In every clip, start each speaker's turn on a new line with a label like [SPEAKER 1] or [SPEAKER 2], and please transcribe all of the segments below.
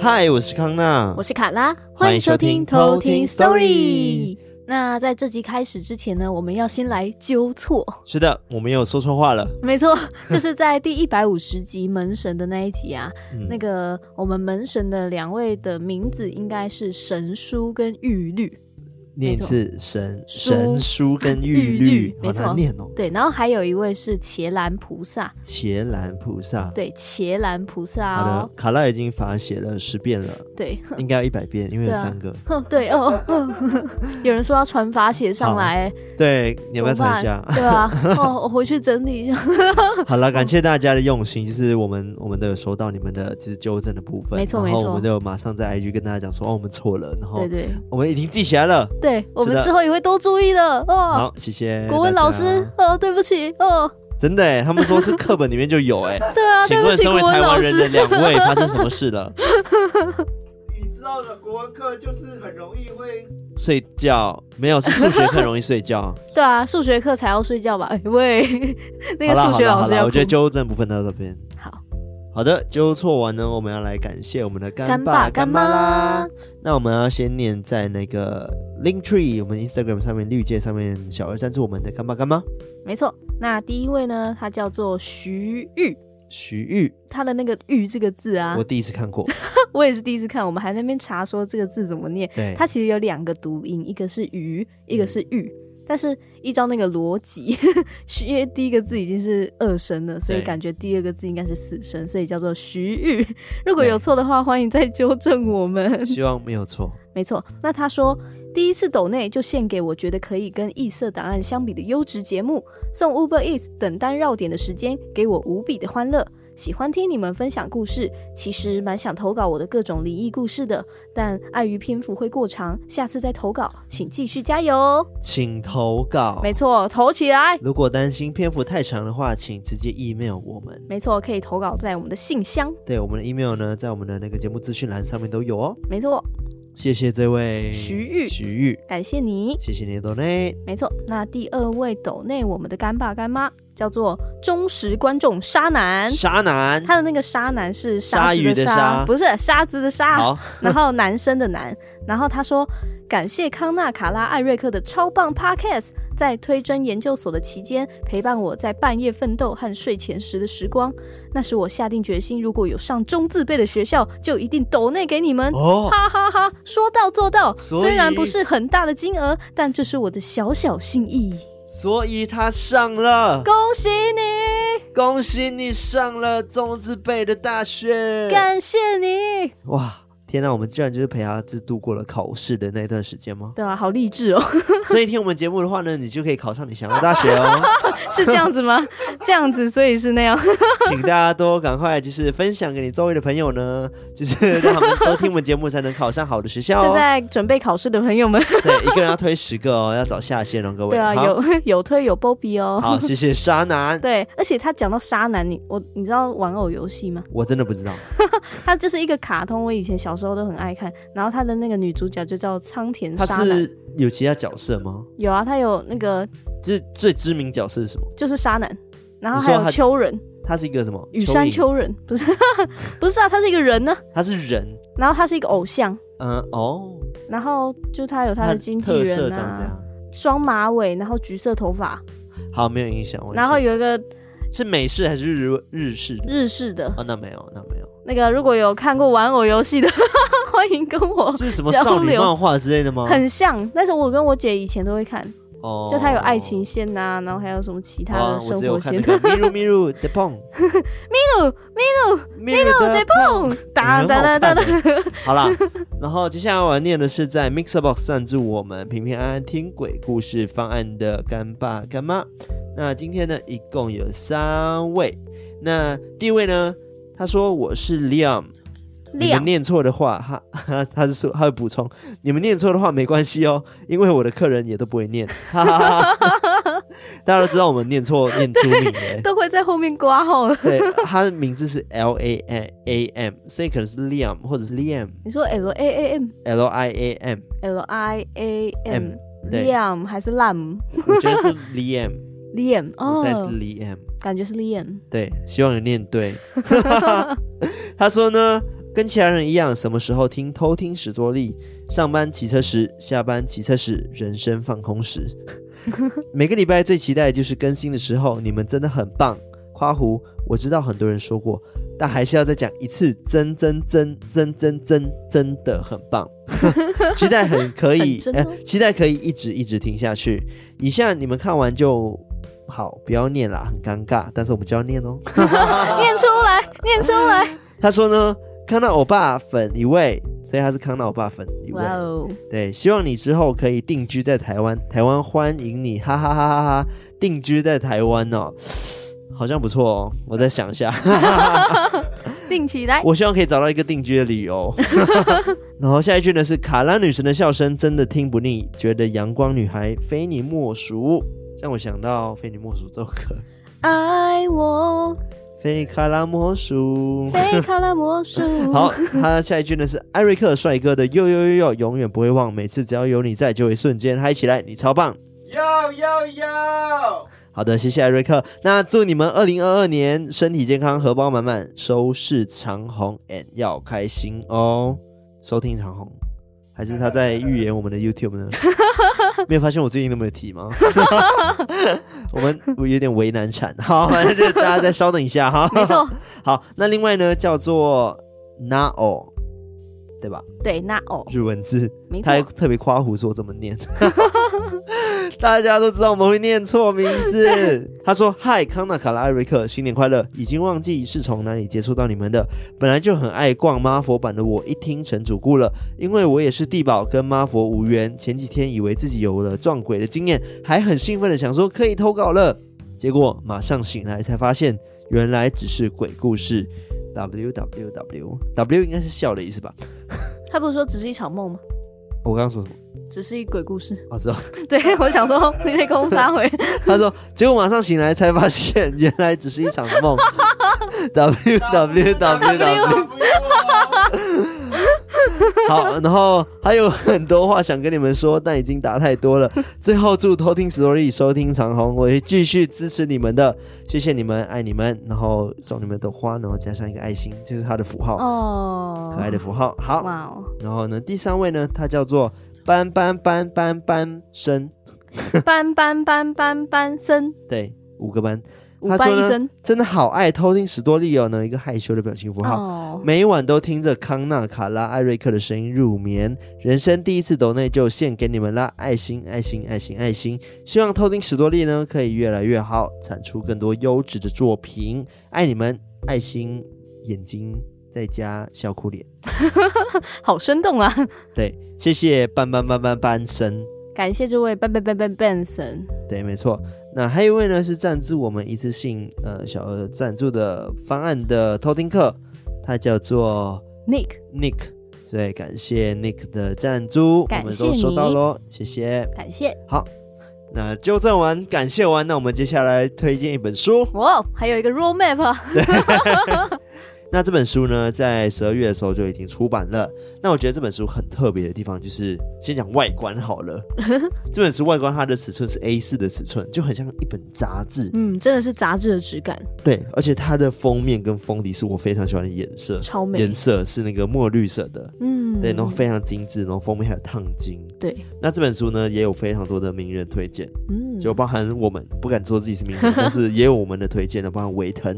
[SPEAKER 1] 嗨，我是康娜，
[SPEAKER 2] 我是卡拉，
[SPEAKER 1] 欢
[SPEAKER 2] 欢
[SPEAKER 1] 迎
[SPEAKER 2] 迎
[SPEAKER 1] 收
[SPEAKER 2] 收
[SPEAKER 1] 听
[SPEAKER 2] 听
[SPEAKER 1] 偷
[SPEAKER 2] 偷
[SPEAKER 1] 听
[SPEAKER 2] 听
[SPEAKER 1] Story
[SPEAKER 2] Story。那在这集开始之前呢，我们要先来纠错，
[SPEAKER 1] 是的，我们又说错话了。
[SPEAKER 2] 没错，就是在第一百五十集门神的那一集啊，
[SPEAKER 1] 嗯
[SPEAKER 2] 那个我们门神的两位的名字应该是神书跟玉律，
[SPEAKER 1] 念一
[SPEAKER 2] 没错
[SPEAKER 1] 次神
[SPEAKER 2] 书
[SPEAKER 1] 神书跟玉
[SPEAKER 2] 玉律
[SPEAKER 1] 律，好
[SPEAKER 2] 没错
[SPEAKER 1] 难念哦。
[SPEAKER 2] 对，然后还有一位是伽蓝菩萨，
[SPEAKER 1] 伽蓝菩萨，
[SPEAKER 2] 对，伽蓝菩萨
[SPEAKER 1] 好的
[SPEAKER 2] 哦，，
[SPEAKER 1] 卡拉已经罚写了十遍 了，
[SPEAKER 2] 对，
[SPEAKER 1] 应该要一百遍，因为有
[SPEAKER 2] 对啊
[SPEAKER 1] 三个。
[SPEAKER 2] 哼，对哦，哦有人说要传法写上来，
[SPEAKER 1] 对，你要不要
[SPEAKER 2] 啊怎么
[SPEAKER 1] 查
[SPEAKER 2] 办
[SPEAKER 1] 一下？
[SPEAKER 2] 对啊，哦，我回去整理一下，
[SPEAKER 1] 好了，感谢大家的用心，就是我们我们都有收到你们的就是纠正的部分，
[SPEAKER 2] 没错
[SPEAKER 1] 然后
[SPEAKER 2] 没错
[SPEAKER 1] 我们都有马上在 IG 跟大家讲说，哦，我们错了，然后
[SPEAKER 2] 对对
[SPEAKER 1] 我们已经记起来了。
[SPEAKER 2] 对，我
[SPEAKER 1] 是的
[SPEAKER 2] 们之后也会多注意的哦。
[SPEAKER 1] 好，谢谢
[SPEAKER 2] 国文
[SPEAKER 1] 大家
[SPEAKER 2] 老师，，哦，对不起，哦，
[SPEAKER 1] 真的哎，他们说是课本里面就有 哎，
[SPEAKER 2] 对啊，
[SPEAKER 1] 请
[SPEAKER 2] 对不
[SPEAKER 1] 问
[SPEAKER 2] 起，
[SPEAKER 1] 身
[SPEAKER 2] 国
[SPEAKER 1] 为台
[SPEAKER 2] 文
[SPEAKER 1] 湾
[SPEAKER 2] 老
[SPEAKER 1] 人的
[SPEAKER 2] 师，
[SPEAKER 1] 两位 发生什么事了？
[SPEAKER 3] 你知道的，国文课就是很容易会
[SPEAKER 1] 睡觉没有，是数学课容易睡 觉。
[SPEAKER 2] 对啊，数学课才要睡觉吧？ 哎喂，
[SPEAKER 1] 好
[SPEAKER 2] 那个
[SPEAKER 1] 啦
[SPEAKER 2] 数学老
[SPEAKER 1] 好啦好
[SPEAKER 2] 师
[SPEAKER 1] 啦
[SPEAKER 2] 要
[SPEAKER 1] 我觉得
[SPEAKER 2] 哭
[SPEAKER 1] 纠正部分到这边。
[SPEAKER 2] 好，
[SPEAKER 1] 好的，纠错完呢，我们要来感谢我们的干
[SPEAKER 2] 干爸
[SPEAKER 1] 干
[SPEAKER 2] 干妈
[SPEAKER 1] 啦
[SPEAKER 2] 啦。，
[SPEAKER 1] 那我们要先念在那个 Link Tree，我们 Instagram 上面绿界上面小二赞助我们的干爸干妈
[SPEAKER 2] 没错。那第一位呢，他叫做徐玉。
[SPEAKER 1] 徐玉，
[SPEAKER 2] 他的那个“玉”这个字啊
[SPEAKER 1] 我，第一次看过。
[SPEAKER 2] 我也是第一次看，我们还在那边查说这个字怎么念。
[SPEAKER 1] 对，嗯
[SPEAKER 2] 它其实有两个读音，一个是“鱼”，一个是“玉”。但是依照那个逻辑， 徐因为第一个字已经是二声了，所以
[SPEAKER 1] 对
[SPEAKER 2] 感觉第二个字应该是四声，所以叫做徐玉。如果
[SPEAKER 1] 对
[SPEAKER 2] 有错的话，欢迎再纠正我们。
[SPEAKER 1] 希望没有错。
[SPEAKER 2] 没错，那他说第一次抖内就献给我觉得可以跟异色档案相比的优质节目，送 Uber Eats 等单绕点的时间，给我无比的欢乐。喜欢听你们分享故事，其实蛮想投稿我的各种灵异故事的，但碍于篇幅会过长，下次再投稿，请继续加油哦。
[SPEAKER 1] 请投稿。
[SPEAKER 2] 没错，投起来。
[SPEAKER 1] 如果担心篇幅太长的话，请直接 email 我们。
[SPEAKER 2] 没错，可以投稿在我们的信箱。
[SPEAKER 1] 对，我们的 email 呢，在我们的那个节目资讯栏上面都有哦。
[SPEAKER 2] 没错，
[SPEAKER 1] 谢谢这位
[SPEAKER 2] 徐玉
[SPEAKER 1] 徐玉，
[SPEAKER 2] 感谢你。
[SPEAKER 1] 谢谢你的 donate。
[SPEAKER 2] 没错，那第二位抖内我们的干爸干妈叫做忠实观众沙男。
[SPEAKER 1] 沙男，
[SPEAKER 2] 他的那个沙男是
[SPEAKER 1] 鲨
[SPEAKER 2] 沙子
[SPEAKER 1] 鱼的
[SPEAKER 2] 沙，
[SPEAKER 1] 鲨
[SPEAKER 2] 不是沙子的沙，
[SPEAKER 1] 好，
[SPEAKER 2] 然后男生的男。然后他说，感谢康纳、卡拉、艾瑞克的超棒 podcast，在推甄研究所的期间，陪伴我在半夜奋斗和睡前时的时光。那时我下定决心，如果有上中字辈的学校，就一定抖内给你们。
[SPEAKER 1] 哦，
[SPEAKER 2] 哈哈哈说到做到，
[SPEAKER 1] 所以
[SPEAKER 2] 虽然不是很大的金额，但这是我的小小心意。
[SPEAKER 1] 所以他上了，
[SPEAKER 2] 恭喜你，
[SPEAKER 1] 恭喜你上了中字辈的大学。
[SPEAKER 2] 感谢你，？
[SPEAKER 1] 哇，天哪，我们居然就是陪他就是度过了考试的那段时间吗
[SPEAKER 2] 对啊，好励志哦。
[SPEAKER 1] 所以听我们节目的话呢，你就可以考上你想要的大学哦。
[SPEAKER 2] 是这样 子吗？这样子，所以是那样。
[SPEAKER 1] 请大家多赶快就是分享给你周围的朋友呢， 就是让他们多听我们节目，才能考上好的学校
[SPEAKER 2] 正
[SPEAKER 1] 哦。
[SPEAKER 2] 在准备考试的朋友们，
[SPEAKER 1] 对，一个人要推十个哦，要找下线哦，各位。
[SPEAKER 2] 对啊，
[SPEAKER 1] 好
[SPEAKER 2] 有 有推有波比 哦。
[SPEAKER 1] 好，谢谢沙男，
[SPEAKER 2] 对，而且他讲到沙男，你我你知道玩偶游戏吗？
[SPEAKER 1] 我真的不 知道。
[SPEAKER 2] 它就是一个卡通，我以前小时候都很爱看。然后它的那个女主角就叫苍田
[SPEAKER 1] 他
[SPEAKER 2] 沙男，
[SPEAKER 1] 是有其他角色吗？
[SPEAKER 2] 有啊，她有那个
[SPEAKER 1] 就是最知名角色是什么？
[SPEAKER 2] 就是沙男，然后
[SPEAKER 1] 你
[SPEAKER 2] 还
[SPEAKER 1] 说
[SPEAKER 2] 有
[SPEAKER 1] 她
[SPEAKER 2] 秋人，
[SPEAKER 1] 他是一个什么？
[SPEAKER 2] 羽山
[SPEAKER 1] 影，
[SPEAKER 2] 秋人，不是 不是啊，他是一个人呢、
[SPEAKER 1] 他是人。
[SPEAKER 2] 然后他是一个偶像，
[SPEAKER 1] 嗯哦，
[SPEAKER 2] 然后就他有他的经纪
[SPEAKER 1] 特色
[SPEAKER 2] 人
[SPEAKER 1] 长这
[SPEAKER 2] 啊，
[SPEAKER 1] 样。
[SPEAKER 2] 双马尾，然后橘色头发，
[SPEAKER 1] 好，没有影响。我
[SPEAKER 2] 然后有一个
[SPEAKER 1] 是美式还是日日 式的？
[SPEAKER 2] 日式的，
[SPEAKER 1] 哦，那没有，那没有。
[SPEAKER 2] 那个如果有看过玩偶游戏的， 欢迎跟我。
[SPEAKER 1] 是什么
[SPEAKER 2] 哦交
[SPEAKER 1] 少女
[SPEAKER 2] 流
[SPEAKER 1] 漫画之类的吗？
[SPEAKER 2] 很像，但是我跟我姐以前都会看，
[SPEAKER 1] 哦，
[SPEAKER 2] 就她有爱情线呐、然后还有什么其他
[SPEAKER 1] 啊
[SPEAKER 2] 的
[SPEAKER 1] 我
[SPEAKER 2] 生
[SPEAKER 1] 只有
[SPEAKER 2] 活
[SPEAKER 1] 看
[SPEAKER 2] 线。
[SPEAKER 1] 那个 Miru Miru the Pong。
[SPEAKER 2] Miru
[SPEAKER 1] Miru the Pong。
[SPEAKER 2] 哒
[SPEAKER 1] 很好
[SPEAKER 2] 哒
[SPEAKER 1] 看
[SPEAKER 2] 哒哒，
[SPEAKER 1] 欸好啦，然后接下来我要念的是在 Mixer Box 赞助我们平平安安听鬼故事方案的干爸干妈。那今天呢，一共有三位。那第一位呢，他说我是 Liam，你们
[SPEAKER 2] 亮
[SPEAKER 1] 念错的话，哈， 哈他是说他会补充，你们念错的话没关系哦，因为我的客人也都不会念， 哈哈哈哈。大家都知道我们念错念出名 了。
[SPEAKER 2] 都会在后面刮号了。
[SPEAKER 1] 对，他的名字是 L A N A M，所以可能是 Liam 或者是 Liam
[SPEAKER 2] 你说 L A A M
[SPEAKER 1] L I A M，
[SPEAKER 2] L I A M
[SPEAKER 1] M，对
[SPEAKER 2] Liam 还是 Lam？
[SPEAKER 1] 我觉得是 Liam，
[SPEAKER 2] Liam
[SPEAKER 1] 我在是
[SPEAKER 2] 哦，
[SPEAKER 1] Li M，
[SPEAKER 2] 感觉是 Liam，
[SPEAKER 1] 对，希望有念对。他说呢，跟其他人一样，什么时候听偷听史多利？上班骑车时，下班骑车时，人生放空时。 每个礼拜最期待的就是更新的时候，你们真的很棒，夸胡！我知道很多人说过，但还是要再讲一次，真真真真真真真的很棒， 期待很可以
[SPEAKER 2] 很，真
[SPEAKER 1] 呃
[SPEAKER 2] 哦
[SPEAKER 1] 期待可以一直一直听下去。以下你们看完就好，不要念啦，很尴尬，但是我们就要念哦。
[SPEAKER 2] 念出来，念出 来，
[SPEAKER 1] 他说呢，康纳欧巴粉一位，所以他是康纳欧巴粉一位。
[SPEAKER 2] 哇哦，
[SPEAKER 1] 对，希望你之后可以定居在台湾，台湾欢迎你，哈哈哈哈哈！定居在台湾哦，好像不错哦，我再想一 下，
[SPEAKER 2] 哎定起来，
[SPEAKER 1] 我希望可以找到一个定居的理由。 然后下一句呢是卡拉女神的笑声真的听不腻，觉得阳光女孩非你莫属，让我想到《非你莫属》这首歌，
[SPEAKER 2] 爱我，
[SPEAKER 1] 非卡拉莫属。
[SPEAKER 2] 贝卡拉魔术，
[SPEAKER 1] 好， 他下一句呢是艾瑞克帅哥的呦呦呦呦，永远不会忘，每次只要有你在，就会瞬间嗨起来，你超棒。
[SPEAKER 3] 要要要！
[SPEAKER 1] 好的，谢谢艾瑞克。那祝你们二零二二年身体健康，荷包满满，收视长虹，and 要开心哦。收听长虹，还是他在预言我们的 YouTube 呢？没有发现我最近都没有提吗？ 我们我有点为难产。好，反正就是大家再稍等一下哈。
[SPEAKER 2] 没错，
[SPEAKER 1] 好，那另外呢，叫做 Nao，对吧？
[SPEAKER 2] 对，那哦，
[SPEAKER 1] 日文字。
[SPEAKER 2] 没
[SPEAKER 1] 他
[SPEAKER 2] 错
[SPEAKER 1] 还，特别夸胡说怎么念， 大家都知道我们会念错名 字。他说：“嗨，康纳、卡拉、艾瑞克，新年快乐！已经忘记是从哪里接触到你们的，本来就很爱逛妈佛版的我，一听成主顾了，因为我也是地保跟妈佛无缘。前几天以为自己有了撞鬼的经验，还很兴奋的想说可以投稿了，结果马上醒来才发现，原来只是鬼故事。”W W W W 应该是笑的意思吧？
[SPEAKER 2] 他不是说只是一场梦吗？
[SPEAKER 1] 我刚刚说什么？
[SPEAKER 2] 只是一鬼故事，
[SPEAKER 1] 我、哦、知道。
[SPEAKER 2] 对我想说你被攻杀回，
[SPEAKER 1] 他说，结果马上醒来才发现，原来只是一场梦。W W W W。好，然后还有很多话想跟你们说，但已经打太多了。最后祝偷听 story 收听长虹，我会继续支持你们的，谢谢你们，爱你们。然后送你们的花，然后加上一个爱心，这是他的符号，
[SPEAKER 2] 哦，
[SPEAKER 1] 可爱的符号。好，
[SPEAKER 2] 哇哦，
[SPEAKER 1] 然后呢，第三位呢，他叫做班班班班班生，
[SPEAKER 2] 班班班班班森，
[SPEAKER 1] 对，五个班，
[SPEAKER 2] 五
[SPEAKER 1] 他
[SPEAKER 2] 班
[SPEAKER 1] 说
[SPEAKER 2] 一
[SPEAKER 1] 呢
[SPEAKER 2] 森，
[SPEAKER 1] 真的好爱偷听史多利哦呢，一个害羞的表情符号。
[SPEAKER 2] 哦，
[SPEAKER 1] 每晚都听着康纳、卡拉、艾瑞克的声音入眠，人生第一次抖内就献给你们啦！爱心、爱心、爱心、爱心！希望偷听史多利呢可以越来越好，产出更多优质的作品。爱你们，爱心眼睛再加笑哭脸。
[SPEAKER 2] 好生动啊！
[SPEAKER 1] 对，谢谢班班班班班生。
[SPEAKER 2] 感谢这位 Ben Ben Ben Ben Benson，
[SPEAKER 1] 对，没错。那还有一位呢是赞助我们一次性呃小额赞助的方案的偷听客，他叫做
[SPEAKER 2] Nick，
[SPEAKER 1] Nick，所以感谢 Nick 的赞助，我
[SPEAKER 2] 感
[SPEAKER 1] 们
[SPEAKER 2] 谢
[SPEAKER 1] 都收到
[SPEAKER 2] 你
[SPEAKER 1] 喽，谢谢。
[SPEAKER 2] 感谢
[SPEAKER 1] 那纠正完，感谢完，那我们接下来推荐一本书。
[SPEAKER 2] 哇，还有一个 Road Map，啊
[SPEAKER 1] 那这本书呢，在十二月的时候就已经出版了。那我觉得这本书很特别的地方，就是先讲外观好 了。这本书外观它的尺寸是 A 4的尺寸，就很像一本杂志。
[SPEAKER 2] 嗯，真的是杂志的质感，
[SPEAKER 1] 对，而且它的封面跟封底是我非常喜欢的颜色，
[SPEAKER 2] 超美
[SPEAKER 1] 颜，色是那个墨绿色的，
[SPEAKER 2] 嗯，
[SPEAKER 1] 对，然后非常精致，然后封面还有烫金。
[SPEAKER 2] 对，
[SPEAKER 1] 那这本书呢，也有非常多的名人推荐。
[SPEAKER 2] 嗯，
[SPEAKER 1] 就包含我们不敢说自己是名 人，但是也有我们的推荐的，包含维腾，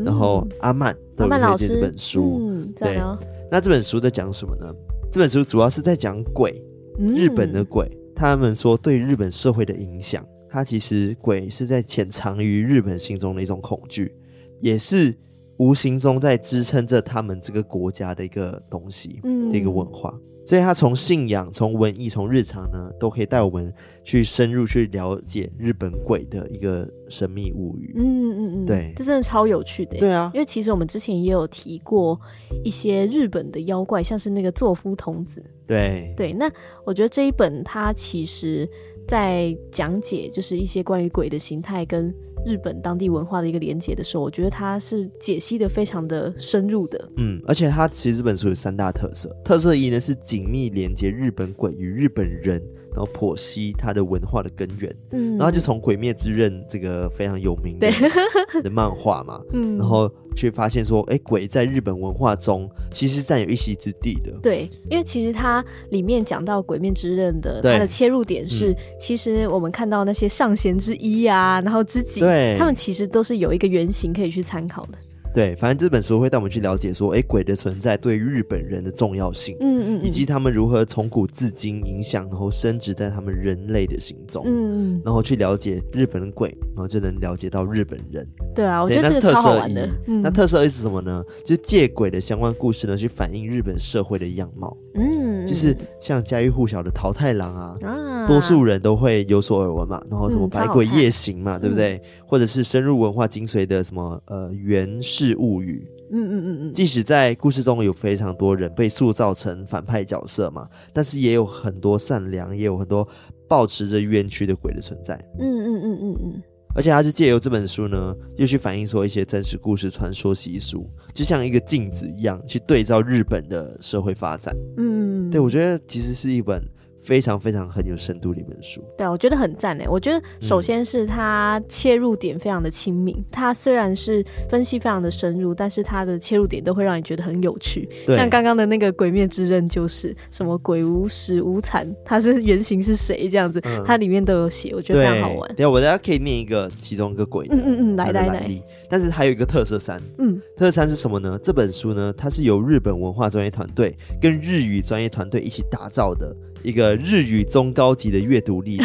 [SPEAKER 2] 嗯
[SPEAKER 1] 然后阿曼都
[SPEAKER 2] 阿
[SPEAKER 1] 有
[SPEAKER 2] 曼老
[SPEAKER 1] 推荐
[SPEAKER 2] 师
[SPEAKER 1] 这本书。
[SPEAKER 2] 嗯，赞
[SPEAKER 1] 对
[SPEAKER 2] 啊，
[SPEAKER 1] 那这本书在讲什么呢？这本书主要是在讲鬼，
[SPEAKER 2] 嗯
[SPEAKER 1] 日本的鬼，他们说对日本社会的影响。它其实鬼是在潜藏于日本心中的一种恐惧，也是无形中在支撑着他们这个国家的一个东西。
[SPEAKER 2] 嗯
[SPEAKER 1] 的一个文化。所以它从信仰、从文艺、从日常呢，都可以带我们去深入去了解日本鬼的一个神秘物语。
[SPEAKER 2] 嗯嗯嗯，
[SPEAKER 1] 对
[SPEAKER 2] 这真的超有趣的，
[SPEAKER 1] 对啊，
[SPEAKER 2] 因为其实我们之前也有提过一些日本的妖怪，像是那个作夫童子，
[SPEAKER 1] 对
[SPEAKER 2] 对，那我觉得这一本它其实在讲解就是一些关于鬼的形态跟日本当地文化的一个连接的时候，我觉得它是解析的非常的深入的。
[SPEAKER 1] 嗯，而且它其实这本书有三大特色。特色一呢是紧密连接日本鬼与日本人然后剖析它的文化的根源，
[SPEAKER 2] 嗯，
[SPEAKER 1] 然后就从《鬼灭之刃》这个非常有名的 的漫画嘛，
[SPEAKER 2] 嗯，
[SPEAKER 1] 然后却发现说，哎，鬼在日本文化中其实占有一席之地的。
[SPEAKER 2] 对，因为其实它里面讲到《鬼面之刃》的，
[SPEAKER 1] 对嗯
[SPEAKER 2] 它的切入点是，其实我们看到那些上弦之一啊，然后知己，
[SPEAKER 1] 对
[SPEAKER 2] 他们其实都是有一个原型可以去参考的。
[SPEAKER 1] 对，反正这本书会带我们去了解说，哎，鬼的存在对于日本人的重要性，
[SPEAKER 2] 嗯嗯，
[SPEAKER 1] 以及他们如何从古至今影响，然后深植在他们人类的心中。
[SPEAKER 2] 嗯嗯，
[SPEAKER 1] 然后去了解日本鬼，然后就能了解到日本人。
[SPEAKER 2] 对啊，我
[SPEAKER 1] 对
[SPEAKER 2] 觉得
[SPEAKER 1] 那
[SPEAKER 2] 这
[SPEAKER 1] 是特
[SPEAKER 2] 个超好
[SPEAKER 1] 色
[SPEAKER 2] 玩
[SPEAKER 1] 一
[SPEAKER 2] 的。。
[SPEAKER 1] 那
[SPEAKER 2] 嗯
[SPEAKER 1] 特色一是什么呢？就是借鬼的相关故事呢，去反映日本社会的样貌，
[SPEAKER 2] 嗯，
[SPEAKER 1] 就是像家喻户晓的桃太郎啊，
[SPEAKER 2] 啊，
[SPEAKER 1] 多数人都会有所耳闻嘛，然后什么
[SPEAKER 2] 嗯
[SPEAKER 1] 百
[SPEAKER 2] 超好
[SPEAKER 1] 鬼
[SPEAKER 2] 看
[SPEAKER 1] 夜行嘛，对不对？或者是深入文化精髓的什么呃《源氏物语
[SPEAKER 2] 嗯嗯嗯》，嗯，
[SPEAKER 1] 即使在故事中有非常多人被塑造成反派角色嘛，但是也有很多善良，也有很多保持着冤屈的鬼的存在。
[SPEAKER 2] 嗯嗯嗯嗯嗯，
[SPEAKER 1] 而且它是借由这本书呢，又去反映说一些真实故事、传说、习俗，就像一个镜子一样，去对照日本的社会发展。
[SPEAKER 2] 嗯，
[SPEAKER 1] 对我觉得其实是一本非常非常很有深度的一本书。
[SPEAKER 2] 对啊，我觉得很赞诶。我觉得首先是它切入点非常的亲民，它虽然是分析非常的深入，但是它的切入点都会让你觉得很有趣。
[SPEAKER 1] 对
[SPEAKER 2] 像刚刚的那个《鬼灭之刃》就是什么鬼无实无惨，它是原型是谁这样子，
[SPEAKER 1] 嗯
[SPEAKER 2] 它里面都有写，我觉得
[SPEAKER 1] 对，
[SPEAKER 2] 非常好玩
[SPEAKER 1] 等。一下我大家可以念一个其中一个鬼的，
[SPEAKER 2] 嗯嗯嗯来
[SPEAKER 1] 它的
[SPEAKER 2] 来
[SPEAKER 1] 来
[SPEAKER 2] 来
[SPEAKER 1] 历。但是还有一个特色三，
[SPEAKER 2] 嗯
[SPEAKER 1] 特色三是什么呢？这本书呢，它是由日本文化专业团队跟日语专业团队一起打造的一个日语中高级的阅读 力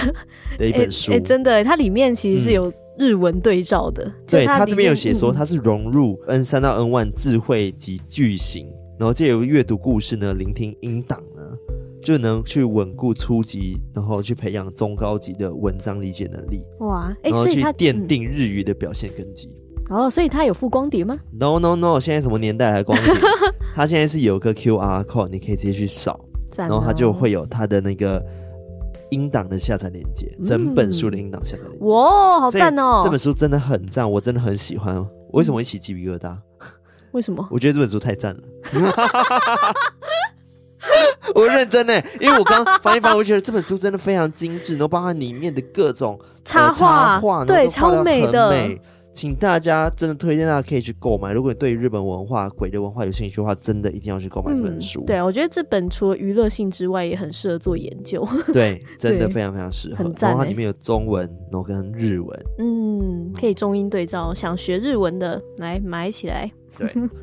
[SPEAKER 1] 的一
[SPEAKER 2] 诶
[SPEAKER 1] 本书。
[SPEAKER 2] 诶真的诶，它里面其实是
[SPEAKER 1] 嗯
[SPEAKER 2] 有日文对照的。就
[SPEAKER 1] 对
[SPEAKER 2] 它
[SPEAKER 1] 他
[SPEAKER 2] 里
[SPEAKER 1] 这边有
[SPEAKER 2] 面
[SPEAKER 1] 写说，
[SPEAKER 2] 嗯
[SPEAKER 1] 它是融入 N 三到 N 万智慧及句型，然后借由阅读故事呢，聆听音档呢，就能去稳固初级，然后去培养中高级的文章理解能力，
[SPEAKER 2] 哇，哎，
[SPEAKER 1] 然后
[SPEAKER 2] 所以
[SPEAKER 1] 去
[SPEAKER 2] 它
[SPEAKER 1] 奠、定日语的表现根基。
[SPEAKER 2] 嗯哦，所以它有附光碟吗？
[SPEAKER 1] No No No，现在什么年代还光 碟？它现在是有个 QR code，你可以直接去扫，
[SPEAKER 2] 赞
[SPEAKER 1] 然
[SPEAKER 2] 哦、
[SPEAKER 1] 后它就会有它的那个音档的下载链接，整本书的音档下载链接。
[SPEAKER 2] 嗯哇，好
[SPEAKER 1] 所以
[SPEAKER 2] 赞哦！
[SPEAKER 1] 这本书真的很赞，我真的很喜欢。我为什么会起鸡皮疙瘩？
[SPEAKER 2] 为什么？
[SPEAKER 1] 我觉得这本书太赞了。 我认真呢，因为我刚翻一翻，我觉得这本书真的非常精致，然后包含里面的各种
[SPEAKER 2] 插
[SPEAKER 1] 呃插
[SPEAKER 2] 画，
[SPEAKER 1] 画，
[SPEAKER 2] 对，
[SPEAKER 1] 然后都画
[SPEAKER 2] 超
[SPEAKER 1] 得
[SPEAKER 2] 美
[SPEAKER 1] 很
[SPEAKER 2] 的，
[SPEAKER 1] 美请大家真的推荐大家可以去购买。如果你对日本文化、鬼的文化有兴趣的话，真的一定要去购买这本书。
[SPEAKER 2] 嗯对，我觉得这本除了娱乐性之外，也很适合做研究。
[SPEAKER 1] 对真的
[SPEAKER 2] 对
[SPEAKER 1] 非常非常适合
[SPEAKER 2] 很。赞
[SPEAKER 1] 然后它
[SPEAKER 2] 欸
[SPEAKER 1] 里面有中文，然后跟日文。
[SPEAKER 2] 嗯，可以中英对照，想学日文的来买起来。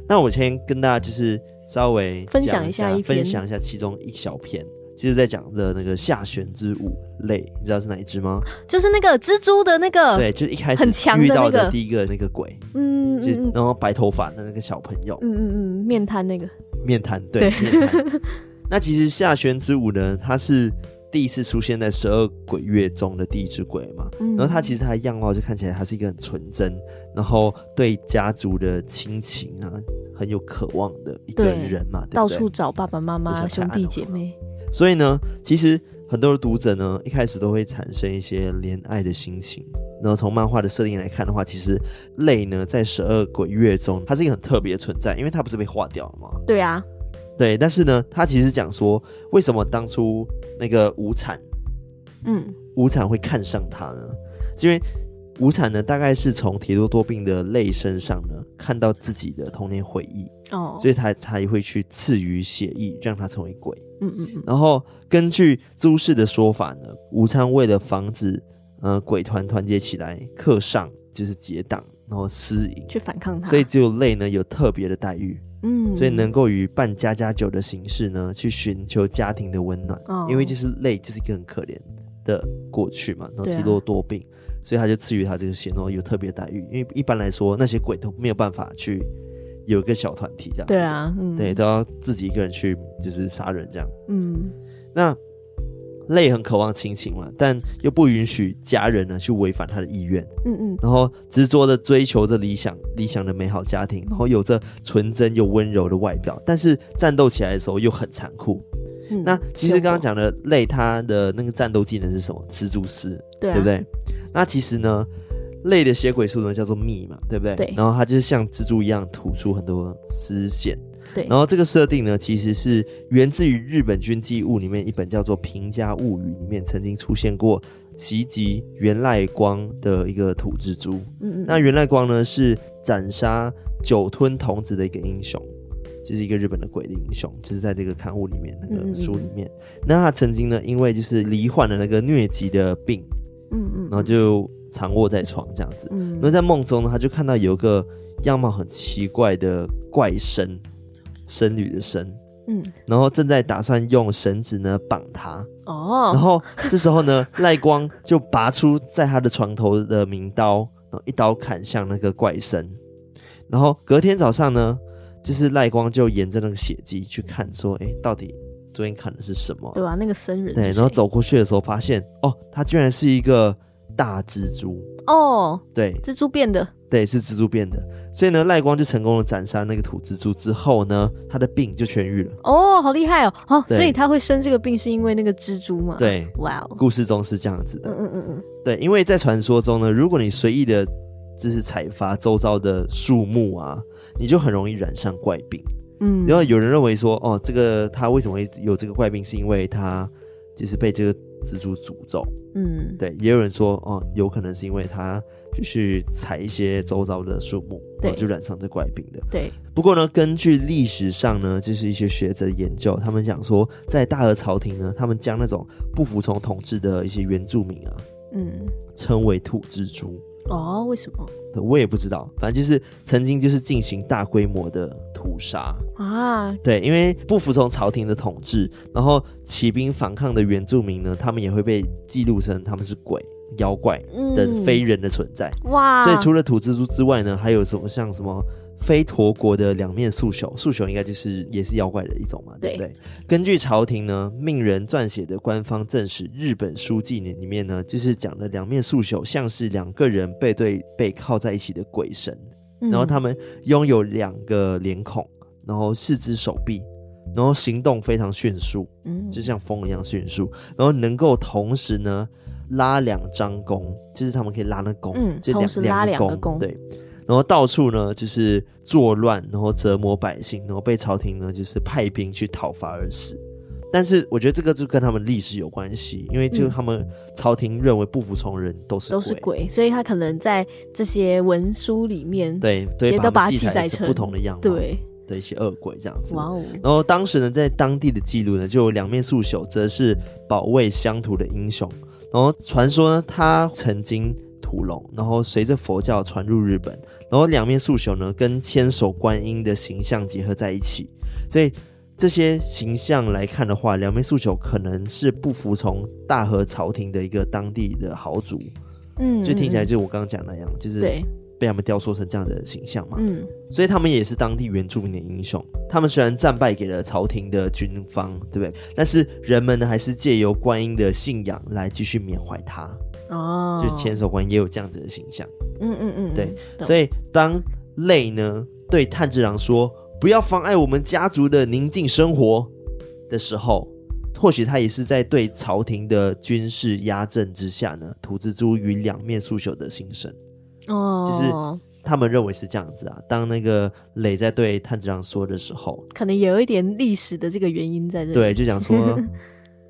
[SPEAKER 1] 那我先跟大家就是稍微
[SPEAKER 2] 分享
[SPEAKER 1] 讲
[SPEAKER 2] 一
[SPEAKER 1] 一
[SPEAKER 2] 下一篇
[SPEAKER 1] 分享一下其中一小篇，就是在讲的那个下旋之舞类，你知道是哪一只吗？
[SPEAKER 2] 就是那个蜘蛛的那个，
[SPEAKER 1] 对，就是一开
[SPEAKER 2] 很强
[SPEAKER 1] 始
[SPEAKER 2] 的
[SPEAKER 1] 遇到
[SPEAKER 2] 那个
[SPEAKER 1] 的第一个那个鬼，
[SPEAKER 2] 嗯，嗯
[SPEAKER 1] 就是
[SPEAKER 2] 嗯
[SPEAKER 1] 然后白头发的那个小朋友
[SPEAKER 2] 嗯，嗯嗯，面瘫那个，
[SPEAKER 1] 面瘫，对，面瘫。 那其实下旋之舞呢，它是第一次出现在十二鬼月中的第一只鬼嘛。
[SPEAKER 2] 嗯，
[SPEAKER 1] 然后它其实它的样貌就看起来它是一个很纯真，然后对家族的亲情啊很有渴望的一个
[SPEAKER 2] 对
[SPEAKER 1] 人嘛，对不对
[SPEAKER 2] 到处找爸爸妈
[SPEAKER 1] 不是
[SPEAKER 2] 妈、
[SPEAKER 1] 太
[SPEAKER 2] 兄
[SPEAKER 1] 暗
[SPEAKER 2] 弟
[SPEAKER 1] 了
[SPEAKER 2] 姐
[SPEAKER 1] 吗
[SPEAKER 2] 妹。
[SPEAKER 1] 所以呢，其实很多的读者呢，一开始都会产生一些怜爱的心情。然后从漫画的设定来看的话，其实泪呢在十二鬼月中，它是一个很特别的存在，因为它不是被化掉了吗？
[SPEAKER 2] 对啊，
[SPEAKER 1] 对，但是呢，它其实讲说，为什么当初那个无惨
[SPEAKER 2] 嗯，
[SPEAKER 1] 无惨会看上他呢？是因为无惨呢，大概是从铁多多病的泪身上呢，看到自己的童年回忆，
[SPEAKER 2] 哦，
[SPEAKER 1] 所以他才会去赐予血意，让他成为鬼。
[SPEAKER 2] 嗯嗯嗯，
[SPEAKER 1] 然后根据朱氏的说法呢，武昌为了防止呃鬼团团结起来，课上就是结党，然后私营，
[SPEAKER 2] 去反抗他。
[SPEAKER 1] 所以，只有类呢有特别的待遇，
[SPEAKER 2] 嗯，
[SPEAKER 1] 所以能够以办家家酒的形式呢去寻求家庭的温暖，
[SPEAKER 2] 哦，
[SPEAKER 1] 因为就是类就是一个很可怜的过去嘛，然后
[SPEAKER 2] 对啊
[SPEAKER 1] 体弱多病。所以他就赐予他这个血，然后有特别待遇，因为一般来说那些鬼都没有办法去有一个小团体这样，
[SPEAKER 2] 对，啊，嗯，
[SPEAKER 1] 对，，都要自己一个人去就是杀人这样。
[SPEAKER 2] 嗯，
[SPEAKER 1] 那泪很渴望亲情嘛，但又不允许家人呢去违反他的意愿，
[SPEAKER 2] 嗯嗯，
[SPEAKER 1] 然后执着的追求着理想理想的美好家庭，然后有着纯真又温柔的外表，但是战斗起来的时候又很残酷。
[SPEAKER 2] 嗯
[SPEAKER 1] 那其实刚刚，讲的泪，他的那个战斗技能是什么？雌蛛丝，
[SPEAKER 2] 对啊
[SPEAKER 1] 对不？对？那其实呢，泪的血鬼术呢叫做密嘛，对不对？
[SPEAKER 2] 对
[SPEAKER 1] 然后它就是像蜘蛛一样吐出很多丝线，
[SPEAKER 2] 对
[SPEAKER 1] 然后这个设定呢，其实是源自于日本军记物里面一本叫做《平家物语》里面曾经出现过袭击源赖光的一个土蜘蛛。
[SPEAKER 2] 嗯嗯，
[SPEAKER 1] 那源赖光呢是斩杀酒吞童子的一个英雄，就是一个日本的鬼的英雄，就是在这个刊物里面那
[SPEAKER 2] 嗯嗯嗯
[SPEAKER 1] 个书里面。那他曾经呢，因为就是罹患了那个疟疾的病，
[SPEAKER 2] 嗯嗯，
[SPEAKER 1] 然后就躺卧在床这样子。
[SPEAKER 2] 嗯，
[SPEAKER 1] 那在梦中呢，他就看到有一个样貌很奇怪的怪僧，僧侣的僧，
[SPEAKER 2] 嗯
[SPEAKER 1] 然后正在打算用绳子呢绑他。
[SPEAKER 2] 哦，
[SPEAKER 1] 然后这时候呢，赖光就拔出在他的床头的名刀，然后一刀砍向那个怪僧。然后隔天早上呢，就是赖光就沿着那个血迹去看，说，哎，到底昨天砍的是什么啊？
[SPEAKER 2] 对吧、那个僧人
[SPEAKER 1] 对，
[SPEAKER 2] 是
[SPEAKER 1] 然后
[SPEAKER 2] 谁
[SPEAKER 1] 走过去的时候发现，哦，他居然是一个大蜘蛛。
[SPEAKER 2] 哦，
[SPEAKER 1] 对
[SPEAKER 2] 蜘蛛变的，
[SPEAKER 1] 对，是蜘蛛变的。所以呢，赖光就成功的斩杀那个土蜘蛛之后呢，他的病就痊愈了。
[SPEAKER 2] 哦，好厉害哦！哦，
[SPEAKER 1] 对
[SPEAKER 2] 所以他会生这个病是因为那个蜘蛛嘛？，
[SPEAKER 1] 对，
[SPEAKER 2] 哇哦，
[SPEAKER 1] 故事中是这样子的
[SPEAKER 2] 嗯。嗯嗯嗯，
[SPEAKER 1] 对，因为在传说中呢，如果你随意的就是采伐周遭的树木啊，你就很容易染上怪病。
[SPEAKER 2] 嗯，
[SPEAKER 1] 然后有人认为说，哦，这个他为什么会有这个怪病，是因为他就是被这个蜘蛛诅咒。
[SPEAKER 2] 嗯，
[SPEAKER 1] 对，也有人说，哦，有可能是因为他就是采一些周遭的树木，然后
[SPEAKER 2] 对
[SPEAKER 1] 就染上这怪病的。
[SPEAKER 2] 对，
[SPEAKER 1] 不过呢，根据历史上呢，就是一些学者研究，他们讲说，在大和朝廷呢，他们将那种不服从统治的一些原住民啊，
[SPEAKER 2] 嗯，
[SPEAKER 1] 称为土蜘蛛。
[SPEAKER 2] 哦，为什么
[SPEAKER 1] 对我也不知道，反正就是曾经就是进行大规模的屠杀。
[SPEAKER 2] 啊？
[SPEAKER 1] 对，因为不服从朝廷的统治，然后起兵反抗的原住民呢，他们也会被记录成他们是鬼、妖怪
[SPEAKER 2] 嗯，
[SPEAKER 1] 等非人的存在。
[SPEAKER 2] 哇，
[SPEAKER 1] 所以除了土蜘蛛之外呢，还有什么像什么飞陀国的两面素朽，素朽应该就是也是妖怪的一种嘛，对不对？根据朝廷呢命人撰写的官方正史日本书记里面呢，就是讲的两面素朽像是两个人背对背靠在一起的鬼神，
[SPEAKER 2] 嗯
[SPEAKER 1] 然后他们拥有两个脸孔，然后四只手臂。然后行动非常迅速，
[SPEAKER 2] 嗯
[SPEAKER 1] 就像风一样迅速，然后能够同时呢拉两张弓，就是他们可以拉那弓，
[SPEAKER 2] 嗯
[SPEAKER 1] 就
[SPEAKER 2] 同
[SPEAKER 1] 两
[SPEAKER 2] 时拉
[SPEAKER 1] 两
[SPEAKER 2] 两个弓
[SPEAKER 1] 对。然后到处呢就是作乱，然后折磨百姓，然后被朝廷呢就是派兵去讨伐而死。但是我觉得这个就跟他们历史有关系，因为就是
[SPEAKER 2] 嗯
[SPEAKER 1] 他们朝廷认为不服从人都是
[SPEAKER 2] 都是鬼，所以他可能在这些文书里面，
[SPEAKER 1] 对对，
[SPEAKER 2] 也都
[SPEAKER 1] 它
[SPEAKER 2] 把它
[SPEAKER 1] 们
[SPEAKER 2] 记
[SPEAKER 1] 记
[SPEAKER 2] 载
[SPEAKER 1] 载成
[SPEAKER 2] 成
[SPEAKER 1] 不同的样貌，
[SPEAKER 2] 对，
[SPEAKER 1] 的一些恶鬼这样子。
[SPEAKER 2] 哇哦，
[SPEAKER 1] 然后当时呢，在当地的记录呢，就有两面素朽，则是保卫乡土的英雄。然后传说呢，他曾经屠龙，然后随着佛教传入日本，然后两面素朽呢跟千手观音的形象结合在一起，所以这些形象来看的话，两面素朽可能是不服从大和朝廷的一个当地的豪族，
[SPEAKER 2] 嗯，
[SPEAKER 1] 就听起来
[SPEAKER 2] 嗯
[SPEAKER 1] 就是我刚刚讲那样，就
[SPEAKER 2] 嗯
[SPEAKER 1] 是
[SPEAKER 2] 对，
[SPEAKER 1] 被他们雕塑成这样的形象嘛。
[SPEAKER 2] 嗯
[SPEAKER 1] 所以他们也是当地原住民的英雄。他们虽然战败给了朝廷的军方，对不对？但是人们呢，还是借由观音的信仰来继续缅怀他。
[SPEAKER 2] 哦，
[SPEAKER 1] 就是千手观音也有这样子的形象。
[SPEAKER 2] 嗯嗯嗯，
[SPEAKER 1] 对
[SPEAKER 2] 懂
[SPEAKER 1] 所以当泪呢对炭治郎说“不要妨碍我们家族的宁静生活”的时候，或许他也是在对朝廷的军事压政之下呢，土蜘蛛与两面素朽的心声。
[SPEAKER 2] 哦，
[SPEAKER 1] 他们认为是这样子啊。当那个磊在对炭治郎说的时候，
[SPEAKER 2] 可能有一点历史的这个原因在这里，
[SPEAKER 1] 对，就讲 说，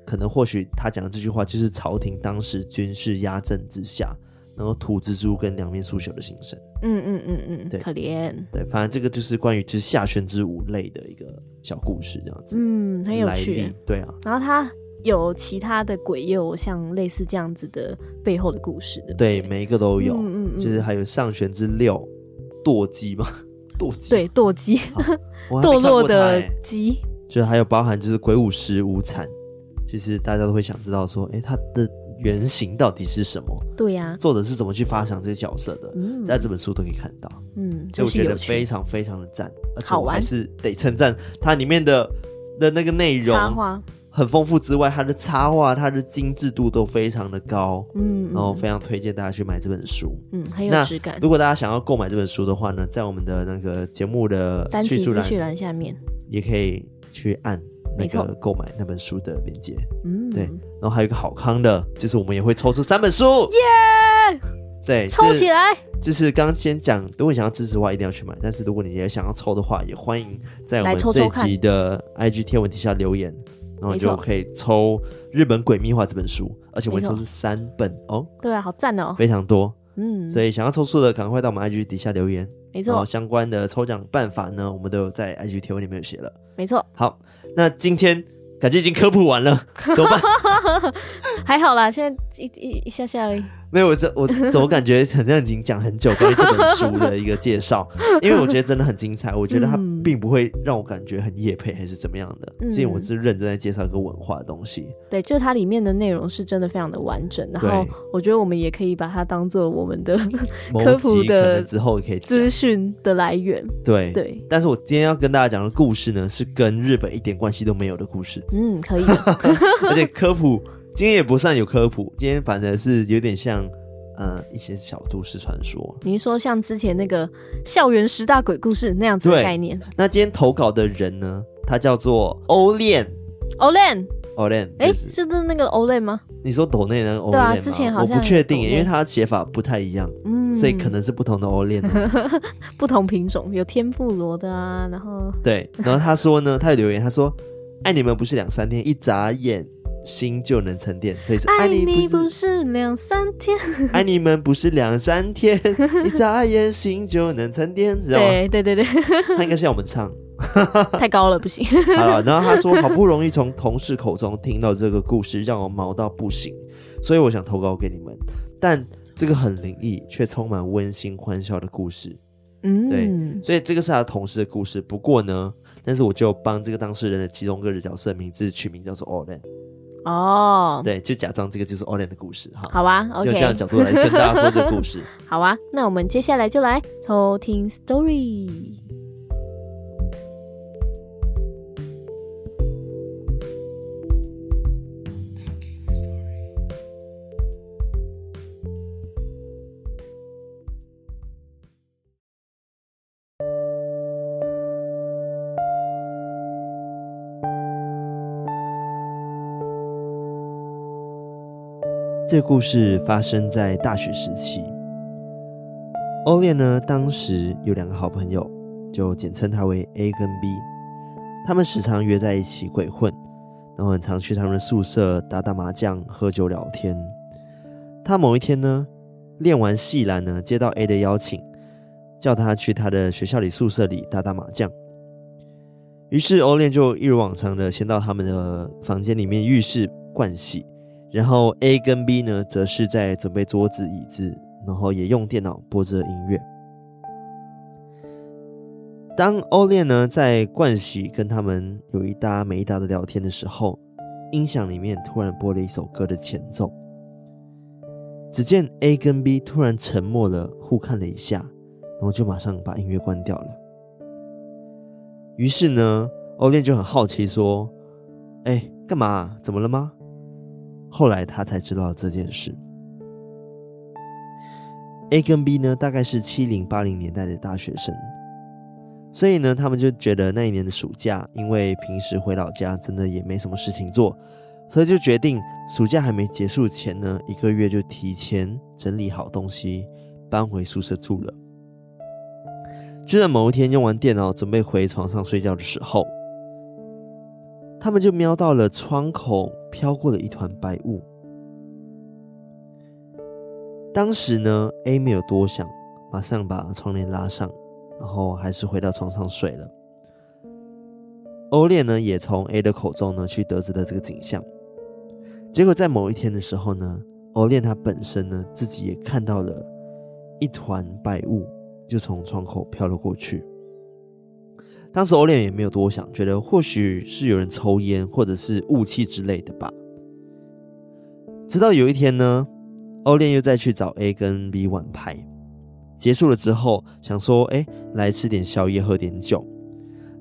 [SPEAKER 1] 可能或许他讲的这句话就是朝廷当时军事压政之下，然后土蜘蛛跟两面素朽的心声。
[SPEAKER 2] 嗯嗯嗯嗯，
[SPEAKER 1] 对
[SPEAKER 2] 可怜，
[SPEAKER 1] 对，反正这个就是关于就是下宣之舞类的一个小故事，这样子。
[SPEAKER 2] 嗯，很有
[SPEAKER 1] 来
[SPEAKER 2] 趣
[SPEAKER 1] 历。对啊，
[SPEAKER 2] 然后它有其他的鬼，也有像类似这样子的背后的故事的。
[SPEAKER 1] 对，每一个都有，
[SPEAKER 2] 嗯嗯嗯
[SPEAKER 1] 就是还有上弦之六堕姬嘛， 堕姬，
[SPEAKER 2] 对，堕鸡，
[SPEAKER 1] 我还没
[SPEAKER 2] 堕
[SPEAKER 1] 看
[SPEAKER 2] 落
[SPEAKER 1] 过它
[SPEAKER 2] 的
[SPEAKER 1] 欸
[SPEAKER 2] 鸡，
[SPEAKER 1] 就还有包含就是鬼舞师无惨，就是大家都会想知道说，哎，它的原型到底是什么？
[SPEAKER 2] 对呀、
[SPEAKER 1] 作者是怎么去发想这些角色的？
[SPEAKER 2] 嗯
[SPEAKER 1] 在这本书都可以看到。
[SPEAKER 2] 嗯，
[SPEAKER 1] 所以
[SPEAKER 2] 就
[SPEAKER 1] 我
[SPEAKER 2] 是
[SPEAKER 1] 觉
[SPEAKER 2] 有
[SPEAKER 1] 得非
[SPEAKER 2] 趣。
[SPEAKER 1] 常非常的赞，而且
[SPEAKER 2] 好
[SPEAKER 1] 我还
[SPEAKER 2] 玩
[SPEAKER 1] 是得称赞它里面的的那个内
[SPEAKER 2] 插
[SPEAKER 1] 容
[SPEAKER 2] 画，
[SPEAKER 1] 很丰富之外，它的插画、它的精致度都非常的高，
[SPEAKER 2] 嗯，
[SPEAKER 1] 然后
[SPEAKER 2] 嗯
[SPEAKER 1] 非常推荐大家去买这本书。
[SPEAKER 2] 嗯，很有
[SPEAKER 1] 哦那
[SPEAKER 2] 质感。
[SPEAKER 1] 如果大家想要购买这本书的话呢，在我们的那个节目的
[SPEAKER 2] 单
[SPEAKER 1] 叙
[SPEAKER 2] 体
[SPEAKER 1] 述
[SPEAKER 2] 资
[SPEAKER 1] 栏
[SPEAKER 2] 讯栏下面，
[SPEAKER 1] 也可以去按那
[SPEAKER 2] 没错
[SPEAKER 1] 个购买那本书的链接。
[SPEAKER 2] 嗯，
[SPEAKER 1] 对，然后还有一个好康的，就是我们也会抽出三本书，耶！对，
[SPEAKER 2] 抽
[SPEAKER 1] 这
[SPEAKER 2] 起来！
[SPEAKER 1] 就是刚先讲，如果你想要支持的话，一定要去买。但是如果你也想要抽的话，也欢迎在我
[SPEAKER 2] 来
[SPEAKER 1] 们
[SPEAKER 2] 抽
[SPEAKER 1] 这
[SPEAKER 2] 抽
[SPEAKER 1] 一集的 IG 贴文底下留言，然后
[SPEAKER 2] 没
[SPEAKER 1] 你
[SPEAKER 2] 错
[SPEAKER 1] 就可以抽《日本鬼秘话》这本书，而且我们
[SPEAKER 2] 没错
[SPEAKER 1] 抽是三本哦，
[SPEAKER 2] 对啊，好赞哦！
[SPEAKER 1] 非常多。
[SPEAKER 2] 嗯，
[SPEAKER 1] 所以哦想要抽书的，赶快到我们 IG 底下留言。
[SPEAKER 2] 没
[SPEAKER 1] 然后
[SPEAKER 2] 错，
[SPEAKER 1] 相关的抽奖办法呢，我们都有在 IG 贴文里面有写了。
[SPEAKER 2] 没错，
[SPEAKER 1] 好，那今天感觉已经科普完 了，怎么办？
[SPEAKER 2] 还好啦，现在一一一下下而已。
[SPEAKER 1] 没有，我这我怎么感觉好像已经讲很久关于这本书的一个介 绍，因为我觉得真的很精彩，我觉得它
[SPEAKER 2] 嗯
[SPEAKER 1] 并不会让我感觉很夜配还是怎么样的，
[SPEAKER 2] 嗯
[SPEAKER 1] 是因为我是认真在介绍一个文化的东西。
[SPEAKER 2] 对，就是它里面的内容是真的非常的完整，然
[SPEAKER 1] 对
[SPEAKER 2] 后我觉得我们也可以把它当做我们的
[SPEAKER 1] 某
[SPEAKER 2] 科普
[SPEAKER 1] 集可
[SPEAKER 2] 的
[SPEAKER 1] 能之后也可以讲
[SPEAKER 2] 资，讯的来源。
[SPEAKER 1] 对。
[SPEAKER 2] 对，
[SPEAKER 1] 但是我今天要跟大家讲的故事呢，是跟日本一点关系都没有的故 事，
[SPEAKER 2] 嗯，可以的，
[SPEAKER 1] 而且科普今天也不算有科普，今天反而是有点像呃一些小都市传说。
[SPEAKER 2] 你是说像之前那个校园十大鬼故事那样子的
[SPEAKER 1] 对
[SPEAKER 2] 概念
[SPEAKER 1] 那今天投稿的人呢，他叫做欧练，
[SPEAKER 2] ，Olen，
[SPEAKER 1] 欧练，
[SPEAKER 2] 哎，
[SPEAKER 1] 就是
[SPEAKER 2] 是真的那个 Olen 吗？
[SPEAKER 1] 你说抖内那个欧
[SPEAKER 2] 对
[SPEAKER 1] 链
[SPEAKER 2] 啊
[SPEAKER 1] 吗？
[SPEAKER 2] 之前好像
[SPEAKER 1] 我不确定耶，
[SPEAKER 2] 有抖
[SPEAKER 1] 因
[SPEAKER 2] 内
[SPEAKER 1] 为它写法不太一样，
[SPEAKER 2] 嗯，
[SPEAKER 1] 所以可能是不同的欧链、 哦。
[SPEAKER 2] 不同品种，有天妇罗的啊，然后
[SPEAKER 1] 对，然后他说呢，他有留言，他说：“爱你们不是两三天，一眨眼心就能沉淀，所以是爱
[SPEAKER 2] 爱
[SPEAKER 1] 你
[SPEAKER 2] 哎你
[SPEAKER 1] 不
[SPEAKER 2] 不
[SPEAKER 1] 是
[SPEAKER 2] 是两三天，
[SPEAKER 1] 爱你们不是两三天，一眨眼心就能沉淀，知道吗？
[SPEAKER 2] 对对对对，
[SPEAKER 1] 他应该是要我们唱。”
[SPEAKER 2] 太高了不行，
[SPEAKER 1] 好了，然后他说好不容易从同事口中听到这个故事，让我毛到不行，所以我想投稿给你们。但这个很灵异，却充满温馨欢笑的故事，
[SPEAKER 2] 嗯，
[SPEAKER 1] 所以这个是他同事的故事。不过呢，但是我就帮这个当事人的其中一个角色名字取名叫做 Olen，
[SPEAKER 2] 哦，
[SPEAKER 1] 对，就假装这个就是 Olen 的故事哈。
[SPEAKER 2] 好吧
[SPEAKER 1] 用这样的
[SPEAKER 2] ，OK，
[SPEAKER 1] 角度来跟大家说这个故事。
[SPEAKER 2] 好啊，那我们接下来就来偷听 story。
[SPEAKER 1] 这个故事发生在大学时期。欧烈呢，当时有两个好朋友，就简称他为 A 跟 B。他们时常约在一起鬼混，然后很常去他们的宿舍打打麻将、喝酒聊天。他某一天呢，练完戏篮呢，接到 A 的邀请，叫他去他的学校里宿舍里打打麻将。于是欧练就一如往常的先到他们的房间里面浴室盥洗，然后 A 跟 B 呢，则是在准备桌子、椅子，然后也用电脑播着音乐。当欧练呢在盥洗跟他们有一搭没一搭的聊天的时候，音响里面突然播了一首歌的前奏。只见 A 跟 B 突然沉默了，互看了一下，然后就马上把音乐关掉了。于是呢，欧练就很好奇说：“哎，干嘛？怎么了吗？”后来他才知道这件事。A 跟 B 呢，大概是七零八零年代的大学生，所以呢，他们就觉得那一年的暑假，因为平时回老家真的也没什么事情做，所以就决定暑假还没结束前呢，一个月就提前整理好东西，搬回宿舍住了。就在某一天用完电脑准备回床上睡觉的时候，他们就瞄到了窗口飘过的一团白雾。当时呢，A 没有多想，马上把窗帘拉上，然后还是回到床上睡了。欧烈呢，也从 A 的口中呢去得知了这个景象。结果在某一天的时候呢，欧烈他本身呢自己也看到了一团白雾，就从窗口飘了过去。当时欧练也没有多想，觉得或许是有人抽烟或者是雾气之类的吧。直到有一天呢，欧练又再去找 A 跟 B 玩牌，结束了之后想说，哎，来吃点宵夜，喝点酒。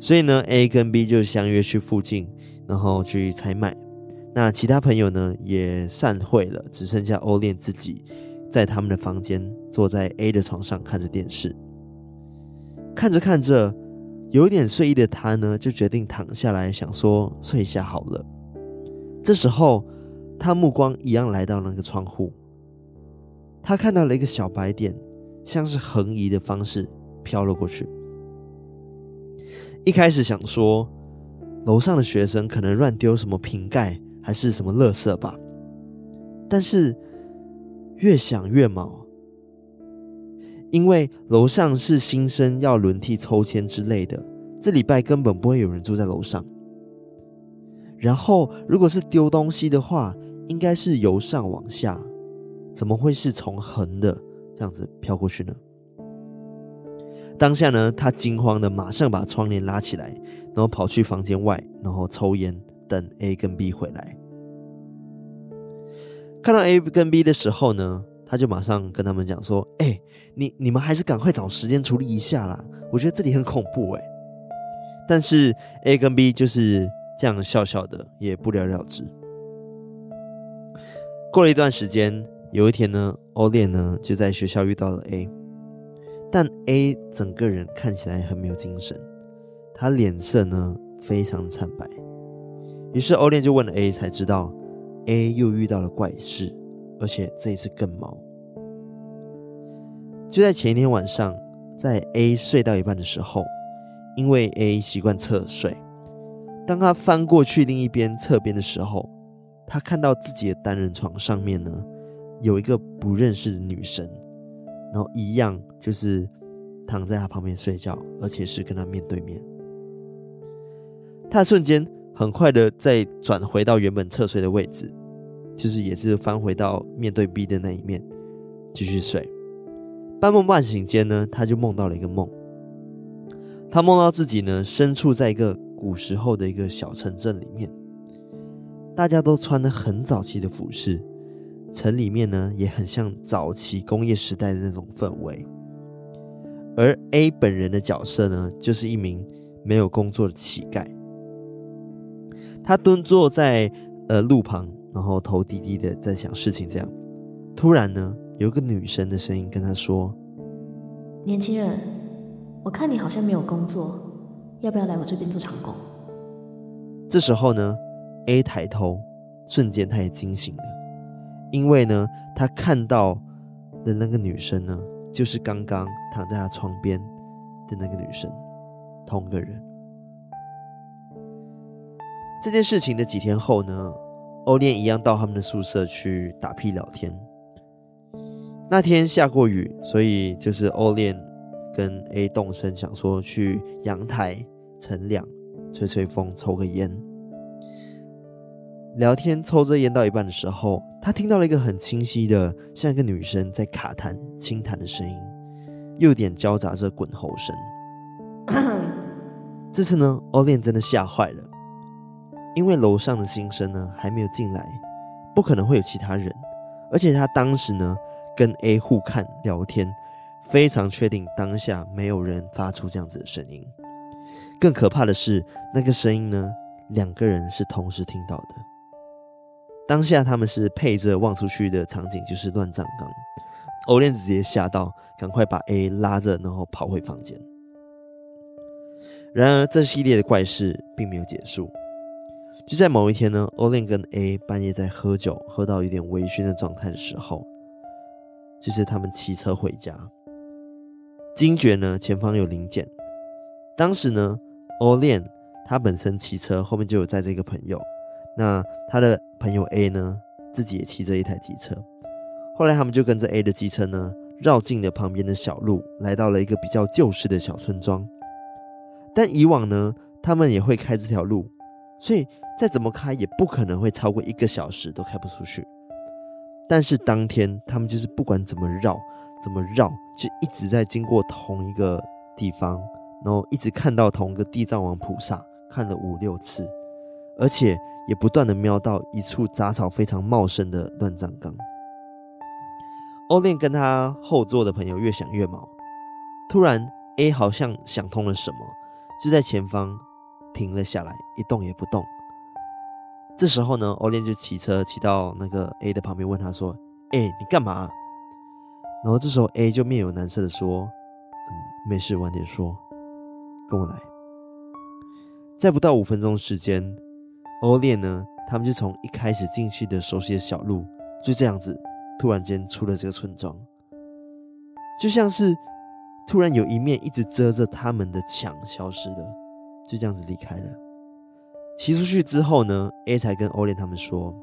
[SPEAKER 1] 所以呢，A 跟 B 就相约去附近，然后去采买。那其他朋友呢也散会了，只剩下欧练自己在他们的房间，坐在 A 的床上看着电视。看着看着，有一点睡意的他呢，就决定躺下来，想说睡一下好了。这时候，他目光一样来到那个窗户，他看到了一个小白点，像是横移的方式飘了过去。一开始想说，楼上的学生可能乱丢什么瓶盖还是什么垃圾吧，但是越想越毛，因为楼上是新生要轮替抽签之类的，这礼拜根本不会有人住在楼上。然后，如果是丢东西的话，应该是由上往下，怎么会是从横的这样子飘过去呢？当下呢，他惊慌的马上把窗帘拉起来，然后跑去房间外，然后抽烟等 A 跟 B 回来。看到 A 跟 B 的时候呢，他就马上跟他们讲说：“哎、你你们还是赶快找时间处理一下啦，我觉得这里很恐怖哎、但是 A 跟 B 就是这样笑笑的，也不了了之。过了一段时间，有一天呢，欧烈呢就在学校遇到了 A，但 A 整个人看起来很没有精神，他脸色呢非常惨白。于是欧烈就问了 A，才知道 A 又遇到了怪事，而且这一次更毛。就在前一天晚上，在 A 睡到一半的时候，因为 A 习惯侧睡，当他翻过去另一边侧边的时候，他看到自己的单人床上面呢有一个不认识的女生，然后一样就是躺在他旁边睡觉，而且是跟他面对面。他瞬间很快的再转回到原本侧睡的位置，就是也是翻回到面对 B 的那一面，继续睡。半梦半醒间呢，他就梦到了一个梦。他梦到自己呢，身处在一个古时候的一个小城镇里面，大家都穿的很早期的服饰，城里面呢也很像早期工业时代的那种氛围。而 A 本人的角色呢，就是一名没有工作的乞丐，他蹲坐在呃路旁，然后头低低的在想事情。这样，突然呢，有一个女生的声音跟他说：“
[SPEAKER 4] 年轻人，我看你好像没有工作，要不要来我这边做长工？
[SPEAKER 1] 这时候呢，A 抬头，瞬间他也惊醒了，因为呢，他看到的那个女生呢，就是刚刚躺在他床边的那个女生，同个人。这件事情的几天后呢，欧炼一样到他们的宿舍去打屁聊天。那天下过雨，所以就是欧炼跟 A 动身，想说去阳台乘凉。吹吹风，抽个烟。聊天抽着烟到一半的时候，他听到了一个很清晰的，像一个女生在卡痰、轻弹的声音，又有点交杂着滚喉声。这次呢，欧炼真的吓坏了，因为楼上的新生呢还没有进来，不可能会有其他人，而且他当时呢跟 A 互看聊天，非常确定当下没有人发出这样子的声音。更可怕的是，那个声音呢，两个人是同时听到的。当下他们是配着望出去的场景，就是乱葬岗。欧炼直接吓到，赶快把 A 拉着，然后跑回房间。然而，这系列的怪事并没有结束。就在某一天呢，欧炼跟 A 半夜在喝酒，喝到有点微醺的状态的时候，就是他们骑车回家，惊觉呢前方有零件，当时呢，欧炼他本身骑车，后面就有载这个朋友。那他的朋友 A 呢，自己也骑着一台机车。后来他们就跟着 A 的机车呢，绕进了旁边的小路，来到了一个比较旧式的小村庄。但以往呢，他们也会开这条路，所以再怎么开也不可能会超过一个小时都开不出去。但是当天他们就是不管怎么绕，怎么绕，就一直在经过同一个地方，然后一直看到同一个地藏王菩萨，看了五六次，而且也不断的瞄到一处杂草非常茂盛的乱葬岗。欧炼跟他后座的朋友越想越毛，突然 A 好像想通了什么，就在前方停了下来，一动也不动。这时候呢，欧炼就骑车骑到那个 A 的旁边，问他说：“哎、你干嘛、然后这时候 A 就面有难色的说：“嗯，没事，晚点说。”跟我来。在不到五分钟时间，欧炼呢，他们就从一开始进去的熟悉的小路，就这样子突然间出了这个村庄，就像是突然有一面一直遮着他们的墙消失了，就这样子离开了。骑出去之后呢，A 才跟欧莲他们说，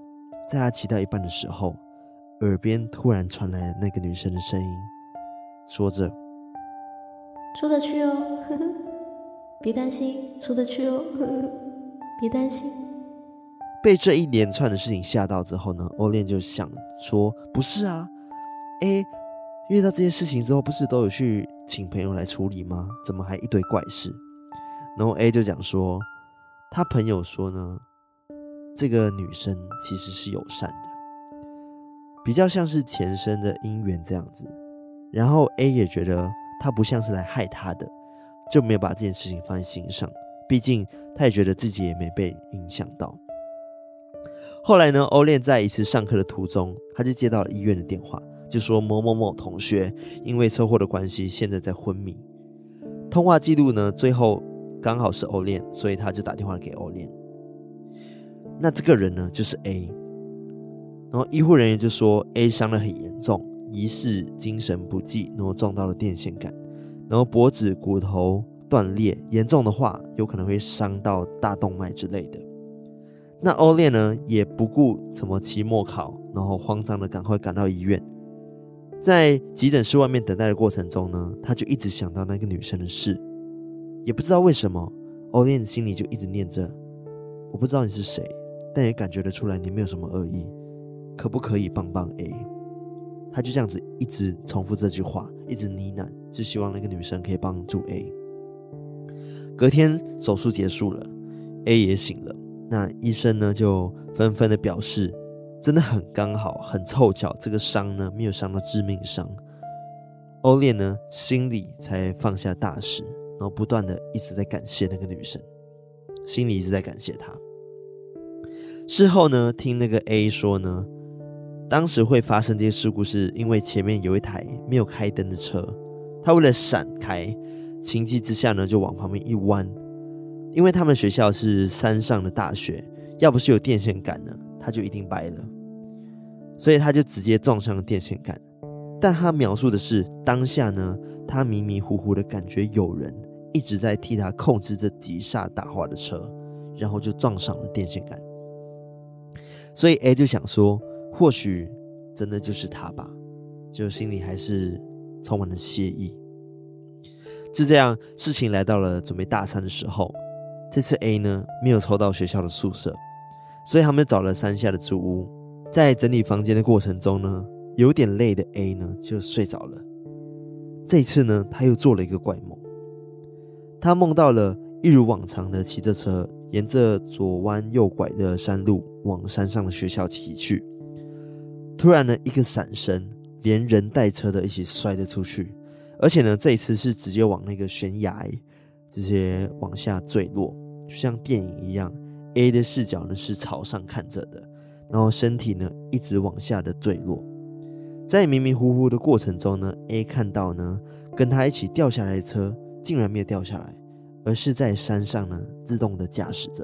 [SPEAKER 1] 在他骑到一半的时候，耳边突然传来了那个女生的声音，说着
[SPEAKER 4] 出得去哦， 呵呵别担心，出得去哦， 呵呵别担心。
[SPEAKER 1] 被这一连串的事情吓到之后呢，欧炼就想说：“不是啊，诶，遇到这些事情之后，不是都有去请朋友来处理吗？怎么还一堆怪事？”然后 A 就讲说，他朋友说呢，这个女生其实是友善的，比较像是前生的姻缘这样子。然后 A 也觉得她不像是来害他的，就没有把这件事情放在心上。毕竟他也觉得自己也没被影响到。后来呢，欧炼在一次上课的途中，他就接到了医院的电话，就说某某某同学因为车祸的关系，现在在昏迷。通话记录呢，最后刚好是欧炼，所以他就打电话给欧炼。那这个人呢，就是 A。然后医护人员就说 A 伤得很严重，疑似精神不济，然后撞到了电线杆，然后脖子骨头断裂，严重的话有可能会伤到大动脉之类的。那欧烈呢，也不顾什么期末考，然后慌张的赶快赶到医院。在急诊室外面等待的过程中呢，他就一直想到那个女生的事，也不知道为什么，欧烈心里就一直念着：“我不知道你是谁，但也感觉得出来你没有什么恶意，可不可以帮帮 A？” 他就这样子一直重复这句话，一直呢喃，是希望那个女生可以帮助 A。隔天手术结束了，A 也醒了。那医生呢就纷纷的表示，真的很刚好，很凑巧，这个伤呢没有伤到致命伤。欧烈呢心里才放下大石，然后不断的一直在感谢那个女生，心里一直在感谢她。事后呢，听那个 A 说呢，当时会发生这些事故，是因为前面有一台没有开灯的车，他为了闪开，情急之下呢就往旁边一弯，因为他们学校是山上的大学，要不是有电线杆呢，他就一定掰了，所以他就直接撞上了电线杆。但他描述的是当下呢，他迷迷糊糊的感觉有人一直在替他控制着急刹打滑的车，然后就撞上了电线杆。所以 A 就想说，或许真的就是他吧，就心里还是充满了谢意。就这样，事情来到了准备大三的时候，这次 A 呢没有抽到学校的宿舍，所以他们就找了山下的租屋。在整理房间的过程中呢，有点累的 A 呢就睡着了。这一次呢，他又做了一个怪梦，他梦到了一如往常的骑着车，沿着左弯右拐的山路往山上的学校骑去。突然呢，一个闪身，连人带车的一起摔了出去，而且呢，这一次是直接往那个悬崖直接往下坠落，就像电影一样。A 的视角呢是朝上看着的，然后身体呢一直往下的坠落。在迷迷糊糊的过程中呢，A 看到呢跟他一起掉下来的车竟然没有掉下来，而是在山上呢自动的驾驶着。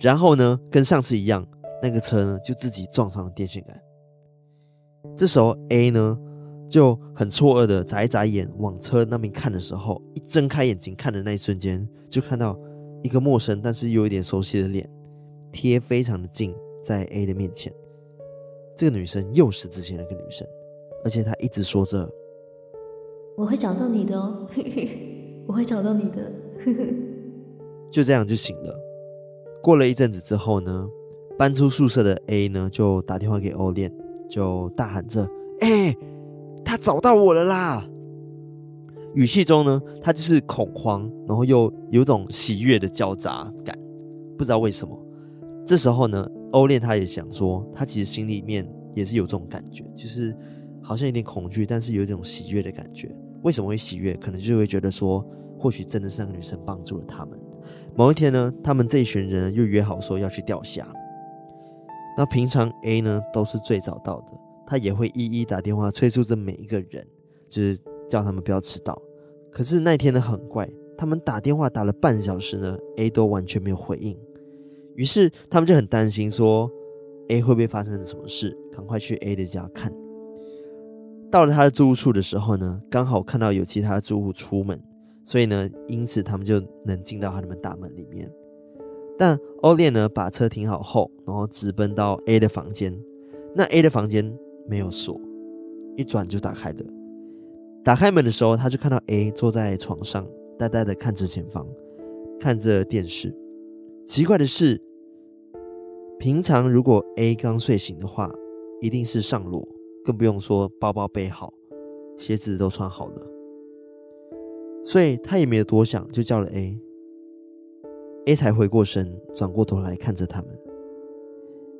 [SPEAKER 1] 然后呢，跟上次一样，那个车呢就自己撞上了电线杆。这时候 A 呢就很错愕的眨一眨眼往车那边看的时候，一睁开眼睛看的那一瞬间，就看到一个陌生但是又有点熟悉的脸，贴非常的近，在 A 的面前。这个女生又是之前那个女生，而且她一直说着
[SPEAKER 4] 我会找到你的哦，嘿嘿我会找到你的。
[SPEAKER 1] 就这样就醒了。过了一阵子之后呢，搬出宿舍的 A 呢就打电话给欧炼，就大喊着：“哎、他找到我了啦！”语气中呢，他就是恐慌，然后又有种喜悦的交杂感，不知道为什么。这时候呢，欧炼他也想说，他其实心里面也是有这种感觉，就是好像有点恐惧，但是有一种喜悦的感觉。为什么会喜悦？可能就会觉得说，或许真的是那个女生帮助了他们。某一天呢，他们这一群人又约好说要去钓虾。那平常 A 呢都是最早到的，他也会一一打电话催促着每一个人，就是叫他们不要迟到。可是那天呢很怪，他们打电话打了半小时呢，A 都完全没有回应。于是他们就很担心说， A 会不会发生什么事，赶快去 A 的家看。到了他的住处的时候呢，刚好看到有其他住户出门，所以呢，因此他们就能进到他们大门里面。但欧烈呢，把车停好后，然后直奔到 A 的房间。那 A 的房间没有锁，一转就打开了。打开门的时候，他就看到 A 坐在床上，呆呆的看着前方，看着电视。奇怪的是，平常如果 A 刚睡醒的话，一定是上裸，更不用说包包背好，鞋子都穿好了。所以他也没有多想，就叫了 A。A 才回过神，转过头来看着他们。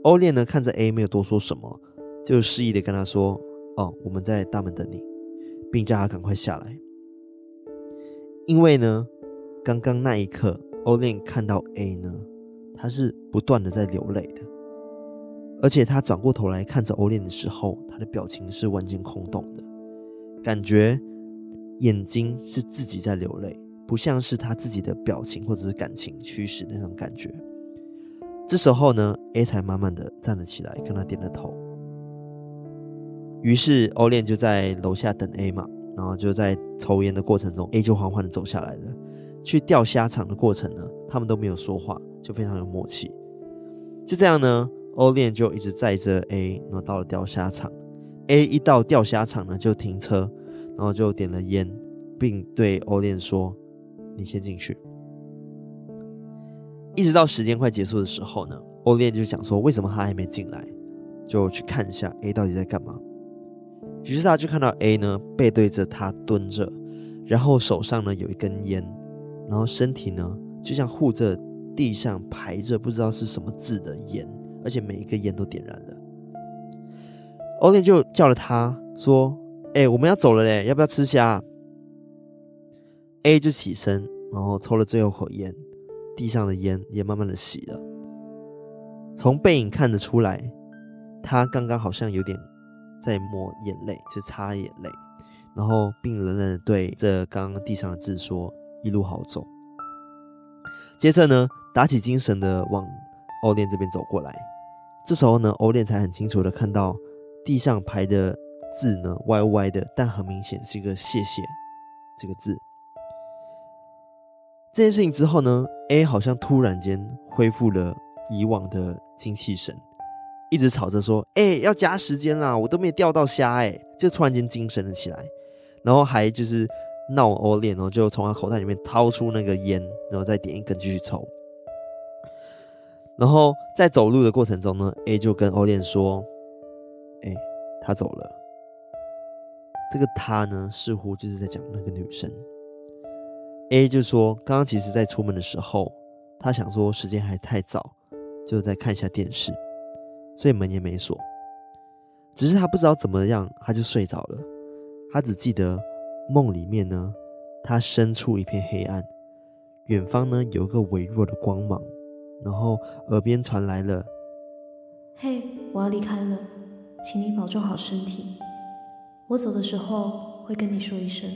[SPEAKER 1] 欧烈呢，看着 A 没有多说什么，就示意的跟他说：“哦，我们在大门等你，并叫他赶快下来。”因为呢，刚刚那一刻，欧烈看到 A 呢，他是不断的在流泪的，而且他转过头来看着欧烈的时候，他的表情是完全空洞的，感觉眼睛是自己在流泪。不像是他自己的表情或者是感情驱使的那种感觉。这时候呢，A 才慢慢的站了起来，跟他点了头。于是欧炼就在楼下等 A 嘛，然后就在抽烟的过程中，A 就缓缓的走下来了。去钓虾场的过程呢，他们都没有说话，就非常有默契。就这样呢，欧炼就一直载着 A，然后到了钓虾场。A 一到钓虾场呢，就停车，然后就点了烟，并对欧炼说：“你先进去。一直到时间快结束的时候呢，欧炼就想说为什么他还没进来，就去看一下 A 到底在干嘛。于是他就看到 A 呢背对着他蹲着，然后手上呢有一根烟，然后身体呢就像护着地上排着不知道是什么字的烟，而且每一个烟都点燃了。欧炼就叫了他说：“哎、我们要走了嘞，要不要吃虾啊、A 就起身，然后抽了最后口烟，地上的烟也慢慢的熄了。从背影看得出来，他刚刚好像有点在抹眼泪，就擦眼泪，然后并冷冷的对着刚刚地上的字说：“一路好走。”接着呢，打起精神的往欧炼这边走过来。这时候呢，欧炼才很清楚的看到地上排的字呢歪歪的，但很明显是一个“谢谢”这个字。这件事情之后呢，A 好像突然间恢复了以往的精气神，一直吵着说：“哎、要加时间啦，我都没有钓到虾哎、就突然间精神了起来，然后还就是闹欧练，然后就从他口袋里面掏出那个烟，然后再点一根继续抽。然后在走路的过程中呢，A 就跟欧练说：“哎、他走了。”这个他呢，似乎就是在讲那个女生。A 就说，刚刚其实在出门的时候，他想说时间还太早，就再看一下电视，所以门也没锁。只是他不知道怎么样，他就睡着了。他只记得梦里面呢，他身处一片黑暗，远方呢有一个微弱的光芒，然后耳边传来了
[SPEAKER 4] 嘿，我要离开了，请你保重好身体。我走的时候会跟你说一声。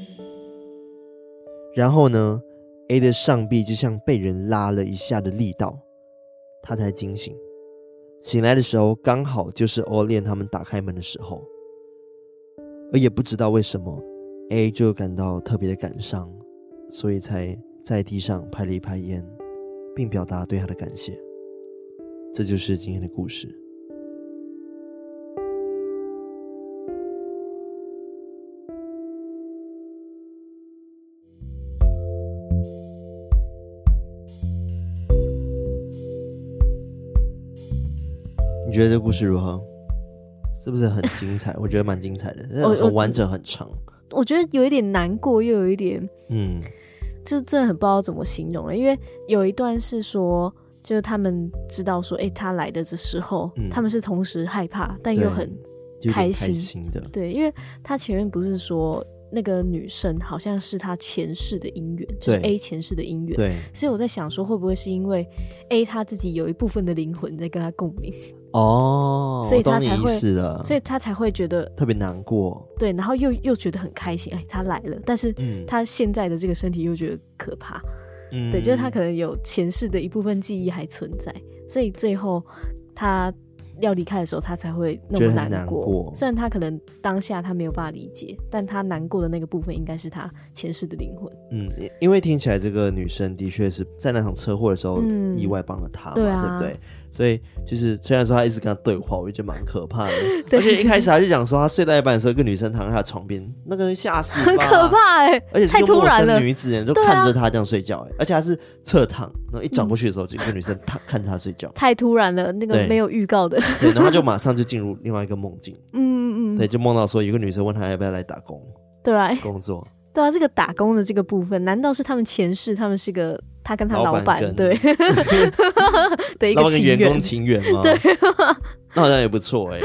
[SPEAKER 1] 然后呢，A 的上臂就像被人拉了一下的力道，他才惊醒。醒来的时候，刚好就是欧炼他们打开门的时候，而也不知道为什么，A 就感到特别的感伤，所以才在地上拍了一拍烟，并表达对他的感谢。这就是今天的故事。你觉得这故事如何？是不是很精彩？我觉得蛮精彩的，
[SPEAKER 2] 我
[SPEAKER 1] 很完整，很长。
[SPEAKER 2] 我觉得有一点难过，又有一点
[SPEAKER 1] 嗯，
[SPEAKER 2] 就真的很不知道怎么形容了，因为有一段是说，就是他们知道说，哎、他来的这时候，
[SPEAKER 1] 嗯
[SPEAKER 2] 他们是同时害怕，但
[SPEAKER 1] 对
[SPEAKER 2] 又很
[SPEAKER 1] 就有点
[SPEAKER 2] 开
[SPEAKER 1] 开
[SPEAKER 2] 心
[SPEAKER 1] 心的。
[SPEAKER 2] 对，因为他前面不是说那个女生好像是他前世的姻缘，就是
[SPEAKER 1] 对
[SPEAKER 2] A 前世的姻缘，
[SPEAKER 1] 对，
[SPEAKER 2] 所以我在想说，会不会是因为 A 他自己有一部分的灵魂在跟他共鸣，
[SPEAKER 1] 哦，
[SPEAKER 2] 所以
[SPEAKER 1] 我懂
[SPEAKER 2] 他
[SPEAKER 1] 你
[SPEAKER 2] 才
[SPEAKER 1] 意
[SPEAKER 2] 会
[SPEAKER 1] 思了，
[SPEAKER 2] 所以他才会觉得
[SPEAKER 1] 特别难过。
[SPEAKER 2] 对，然后又又觉得很开心，哎、他来了，但是
[SPEAKER 1] 嗯，
[SPEAKER 2] 他现在的这个身体又觉得可怕，
[SPEAKER 1] 嗯
[SPEAKER 2] 对，就是他可能有前世的一部分记忆还存在，所以最后他要离开的时候，他才会那
[SPEAKER 1] 觉
[SPEAKER 2] 么
[SPEAKER 1] 得
[SPEAKER 2] 难
[SPEAKER 1] 很难过
[SPEAKER 2] 虽然他可能当下他没有办法理解，但他难过的那个部分应该是他前世的灵魂。
[SPEAKER 1] 嗯，因因为听起来这个女生的确是在那场车祸的时候
[SPEAKER 2] 嗯
[SPEAKER 1] 意外帮了她嘛，
[SPEAKER 2] 对啊
[SPEAKER 1] 不对？所以就是虽然说她一直跟她对话，我就觉得蛮可怕的。
[SPEAKER 2] 对
[SPEAKER 1] 而且一开始她就讲说，她睡到一半的时候，一个女生躺在她的床边，那个人吓死，很
[SPEAKER 2] 很可。怕哎、
[SPEAKER 1] 而且是
[SPEAKER 2] 太
[SPEAKER 1] 一个
[SPEAKER 2] 突
[SPEAKER 1] 陌
[SPEAKER 2] 然了
[SPEAKER 1] 生女子，你就
[SPEAKER 2] 对啊嗯
[SPEAKER 1] 看着她这样睡觉、哎而且她是侧躺，然后一转过去的时候，就一个女生躺看着她睡觉，
[SPEAKER 2] 太突然了，那个
[SPEAKER 1] 对
[SPEAKER 2] 没有预告的，
[SPEAKER 1] 对，然后她就马上就进入另外一个梦境，
[SPEAKER 2] 嗯嗯嗯，
[SPEAKER 1] 对，就梦到说有一个女生问她要不要来打工
[SPEAKER 2] 对啊，
[SPEAKER 1] 工作，
[SPEAKER 2] 对啊，这个打工的这个部分，难道是他们前世他们是个他跟他
[SPEAKER 1] 老板
[SPEAKER 2] 板
[SPEAKER 1] 跟
[SPEAKER 2] 对 的一
[SPEAKER 1] 然
[SPEAKER 2] 个
[SPEAKER 1] 后跟
[SPEAKER 2] 情
[SPEAKER 1] 员
[SPEAKER 2] 缘
[SPEAKER 1] 工？情缘吗？对，那好像也不错哎、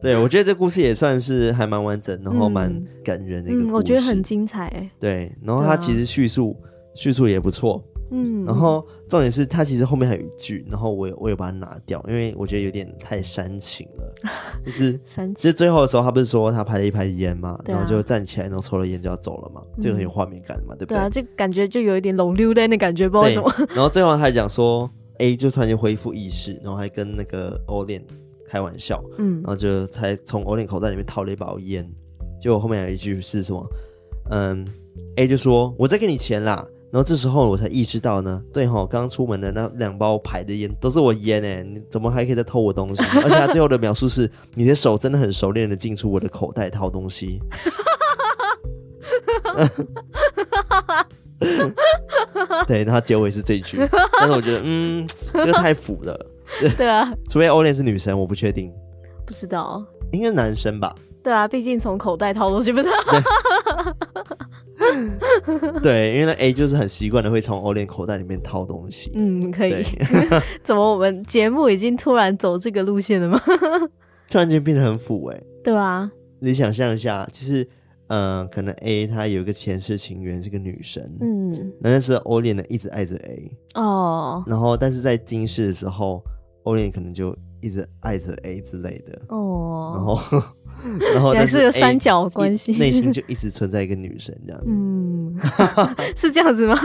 [SPEAKER 1] 对，我觉得这故事也算是还蛮完整，然后蛮
[SPEAKER 2] 嗯
[SPEAKER 1] 感人的一个故
[SPEAKER 2] 嗯，
[SPEAKER 1] 事。
[SPEAKER 2] 我觉得很精彩哎、
[SPEAKER 1] 对，然后
[SPEAKER 2] 对
[SPEAKER 1] 他
[SPEAKER 2] 啊
[SPEAKER 1] 其实叙述、叙述也不错，
[SPEAKER 2] 嗯，
[SPEAKER 1] 然后重点是他其实后面还有一句，然后我有我有把它拿掉，因为我觉得有点太煽情 了。就是
[SPEAKER 2] 煽
[SPEAKER 1] 其
[SPEAKER 2] 情，
[SPEAKER 1] 实最后的时候，他不是说他拍了一拍烟嘛，
[SPEAKER 2] 对啊
[SPEAKER 1] 然后就站起来，然后抽了烟就要走了嘛，这个很有画面感嘛，对不
[SPEAKER 2] 对啊，就感觉就有一点龙溜的那感觉，不知道为
[SPEAKER 1] 对
[SPEAKER 2] 什么，，
[SPEAKER 1] 然后最后还讲说 A 就突然间恢复意识，然后还跟那个 o l i n 开玩笑，
[SPEAKER 2] 嗯
[SPEAKER 1] 然，后就才从 o l i n 口袋里面掏了一包烟。结果后面有一句是什么？嗯，A 就说我再给你钱啦。然后这时候我才意识到呢，对吼，刚刚出门的那两包牌的烟都是我烟哎、你怎么还可以再偷我东西？而且他最后的描述是，你的手真的很熟练的进出我的口袋掏东西。 对，然后结尾是这句，但是我觉得，嗯，这个太腐了，
[SPEAKER 2] 对啊，
[SPEAKER 1] 除非 o l i n 是女生，我不确定，
[SPEAKER 2] 不知道，
[SPEAKER 1] 应该男生吧？
[SPEAKER 2] 对啊，毕竟从口袋掏东西，不知道，
[SPEAKER 1] 对，因为那 A 就是很习惯的会从 o l i n 口袋里面掏东西。
[SPEAKER 2] 嗯，可以
[SPEAKER 1] 对，，
[SPEAKER 2] 怎么我们节目已经突然走这个路线了吗？
[SPEAKER 1] 突然间变得很腐哎、
[SPEAKER 2] 对啊，
[SPEAKER 1] 你想象一下，就是呃，可能 A 她有一个前世情缘是个女生，
[SPEAKER 2] 嗯，
[SPEAKER 1] 那但是 o l i n 呢一直爱着 A，
[SPEAKER 2] 哦
[SPEAKER 1] 然后但是在今世的时候 o l i n 可能就一直爱着 A 之类的，然
[SPEAKER 2] 哦，
[SPEAKER 1] 后 然后
[SPEAKER 2] 原来
[SPEAKER 1] 但
[SPEAKER 2] 是
[SPEAKER 1] 有
[SPEAKER 2] 有三角关系
[SPEAKER 1] 内心就一直存在一个女生这样子。
[SPEAKER 2] 嗯， 是这样子吗？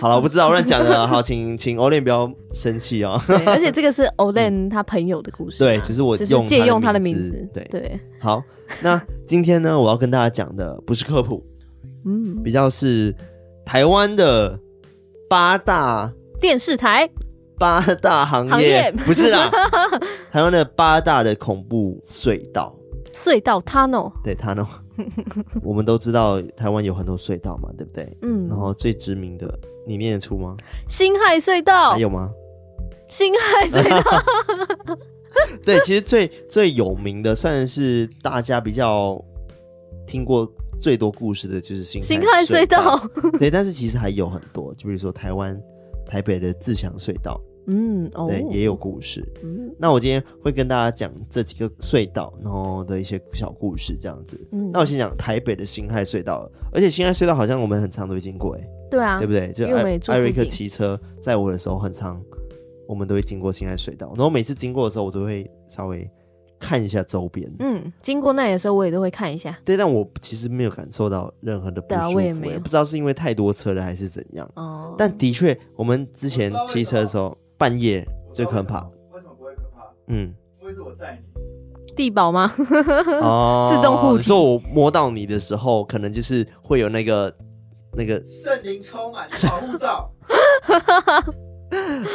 [SPEAKER 1] 好了，我不知道我乱讲的，好，请请 o l i n 不要生气 哦。
[SPEAKER 2] 对，而且这个是 Olen 他朋友的故事嘛，
[SPEAKER 1] 对只是我
[SPEAKER 2] 只
[SPEAKER 1] 用
[SPEAKER 2] 是借
[SPEAKER 1] 他的
[SPEAKER 2] 用他的
[SPEAKER 1] 名
[SPEAKER 2] 名
[SPEAKER 1] 字
[SPEAKER 2] 字，
[SPEAKER 1] 对
[SPEAKER 2] 对，
[SPEAKER 1] 好，那今天呢，我要跟大家讲的不是科普，
[SPEAKER 2] 嗯，
[SPEAKER 1] 比较是台湾的八大
[SPEAKER 2] 电视台
[SPEAKER 1] 八大行业，
[SPEAKER 2] 行业
[SPEAKER 1] 不是啦，台湾的八大的恐怖隧道。
[SPEAKER 2] 隧道 Tunnel，
[SPEAKER 1] 对它 呢，我们都知道台湾有很多隧道嘛，对不对？
[SPEAKER 2] 嗯，
[SPEAKER 1] 然后最知名的，你念得出吗？
[SPEAKER 2] 辛亥隧道
[SPEAKER 1] 还，有吗？
[SPEAKER 2] 辛亥隧道，
[SPEAKER 1] 对，其实最最有名的，算是大家比较听过最多故事的，就是新
[SPEAKER 2] 辛亥隧道，
[SPEAKER 1] 对，但是其实还有很多，就比如说台湾台北的自强隧道，
[SPEAKER 2] 嗯，哦，
[SPEAKER 1] 对，也有故事。
[SPEAKER 2] 嗯，
[SPEAKER 1] 那我今天会跟大家讲这几个隧道，然后的一些小故事这样子。
[SPEAKER 2] 嗯
[SPEAKER 1] 那我先讲台北的辛亥隧道，而且辛亥隧道好像我们很常都会经过、欸，
[SPEAKER 2] 对啊，
[SPEAKER 1] 对不对？就
[SPEAKER 2] 因为我们
[SPEAKER 1] 艾
[SPEAKER 2] 也住
[SPEAKER 1] 艾瑞
[SPEAKER 2] 附
[SPEAKER 1] 克
[SPEAKER 2] 近
[SPEAKER 1] 骑车载我的时候，很常我们都会经过辛亥隧道，然后每次经过的时候，我都会稍微看一下周边。
[SPEAKER 2] 嗯，经过那里的时候，我也都会看一下，
[SPEAKER 1] 对，但我其实没有感受到任何的不
[SPEAKER 2] 对
[SPEAKER 1] 舒
[SPEAKER 2] 啊
[SPEAKER 1] 服、
[SPEAKER 2] 我也没
[SPEAKER 1] 欸
[SPEAKER 2] 有
[SPEAKER 1] 不知道是因为太多车了还是怎样。
[SPEAKER 2] 哦，
[SPEAKER 1] 但的确，我们之前
[SPEAKER 3] 我知道为什
[SPEAKER 1] 骑
[SPEAKER 3] 么
[SPEAKER 1] 车的时候，半夜
[SPEAKER 3] 我知
[SPEAKER 1] 最
[SPEAKER 3] 道
[SPEAKER 1] 可怕。
[SPEAKER 3] 为什么。为什么不会可怕？
[SPEAKER 1] 嗯，
[SPEAKER 3] 因为是我载你。
[SPEAKER 2] 地堡吗？
[SPEAKER 1] 哦，
[SPEAKER 2] 自动护体
[SPEAKER 1] 你说我摸到你的时候，可能就是会有那个那个，
[SPEAKER 3] 圣灵充满保护罩，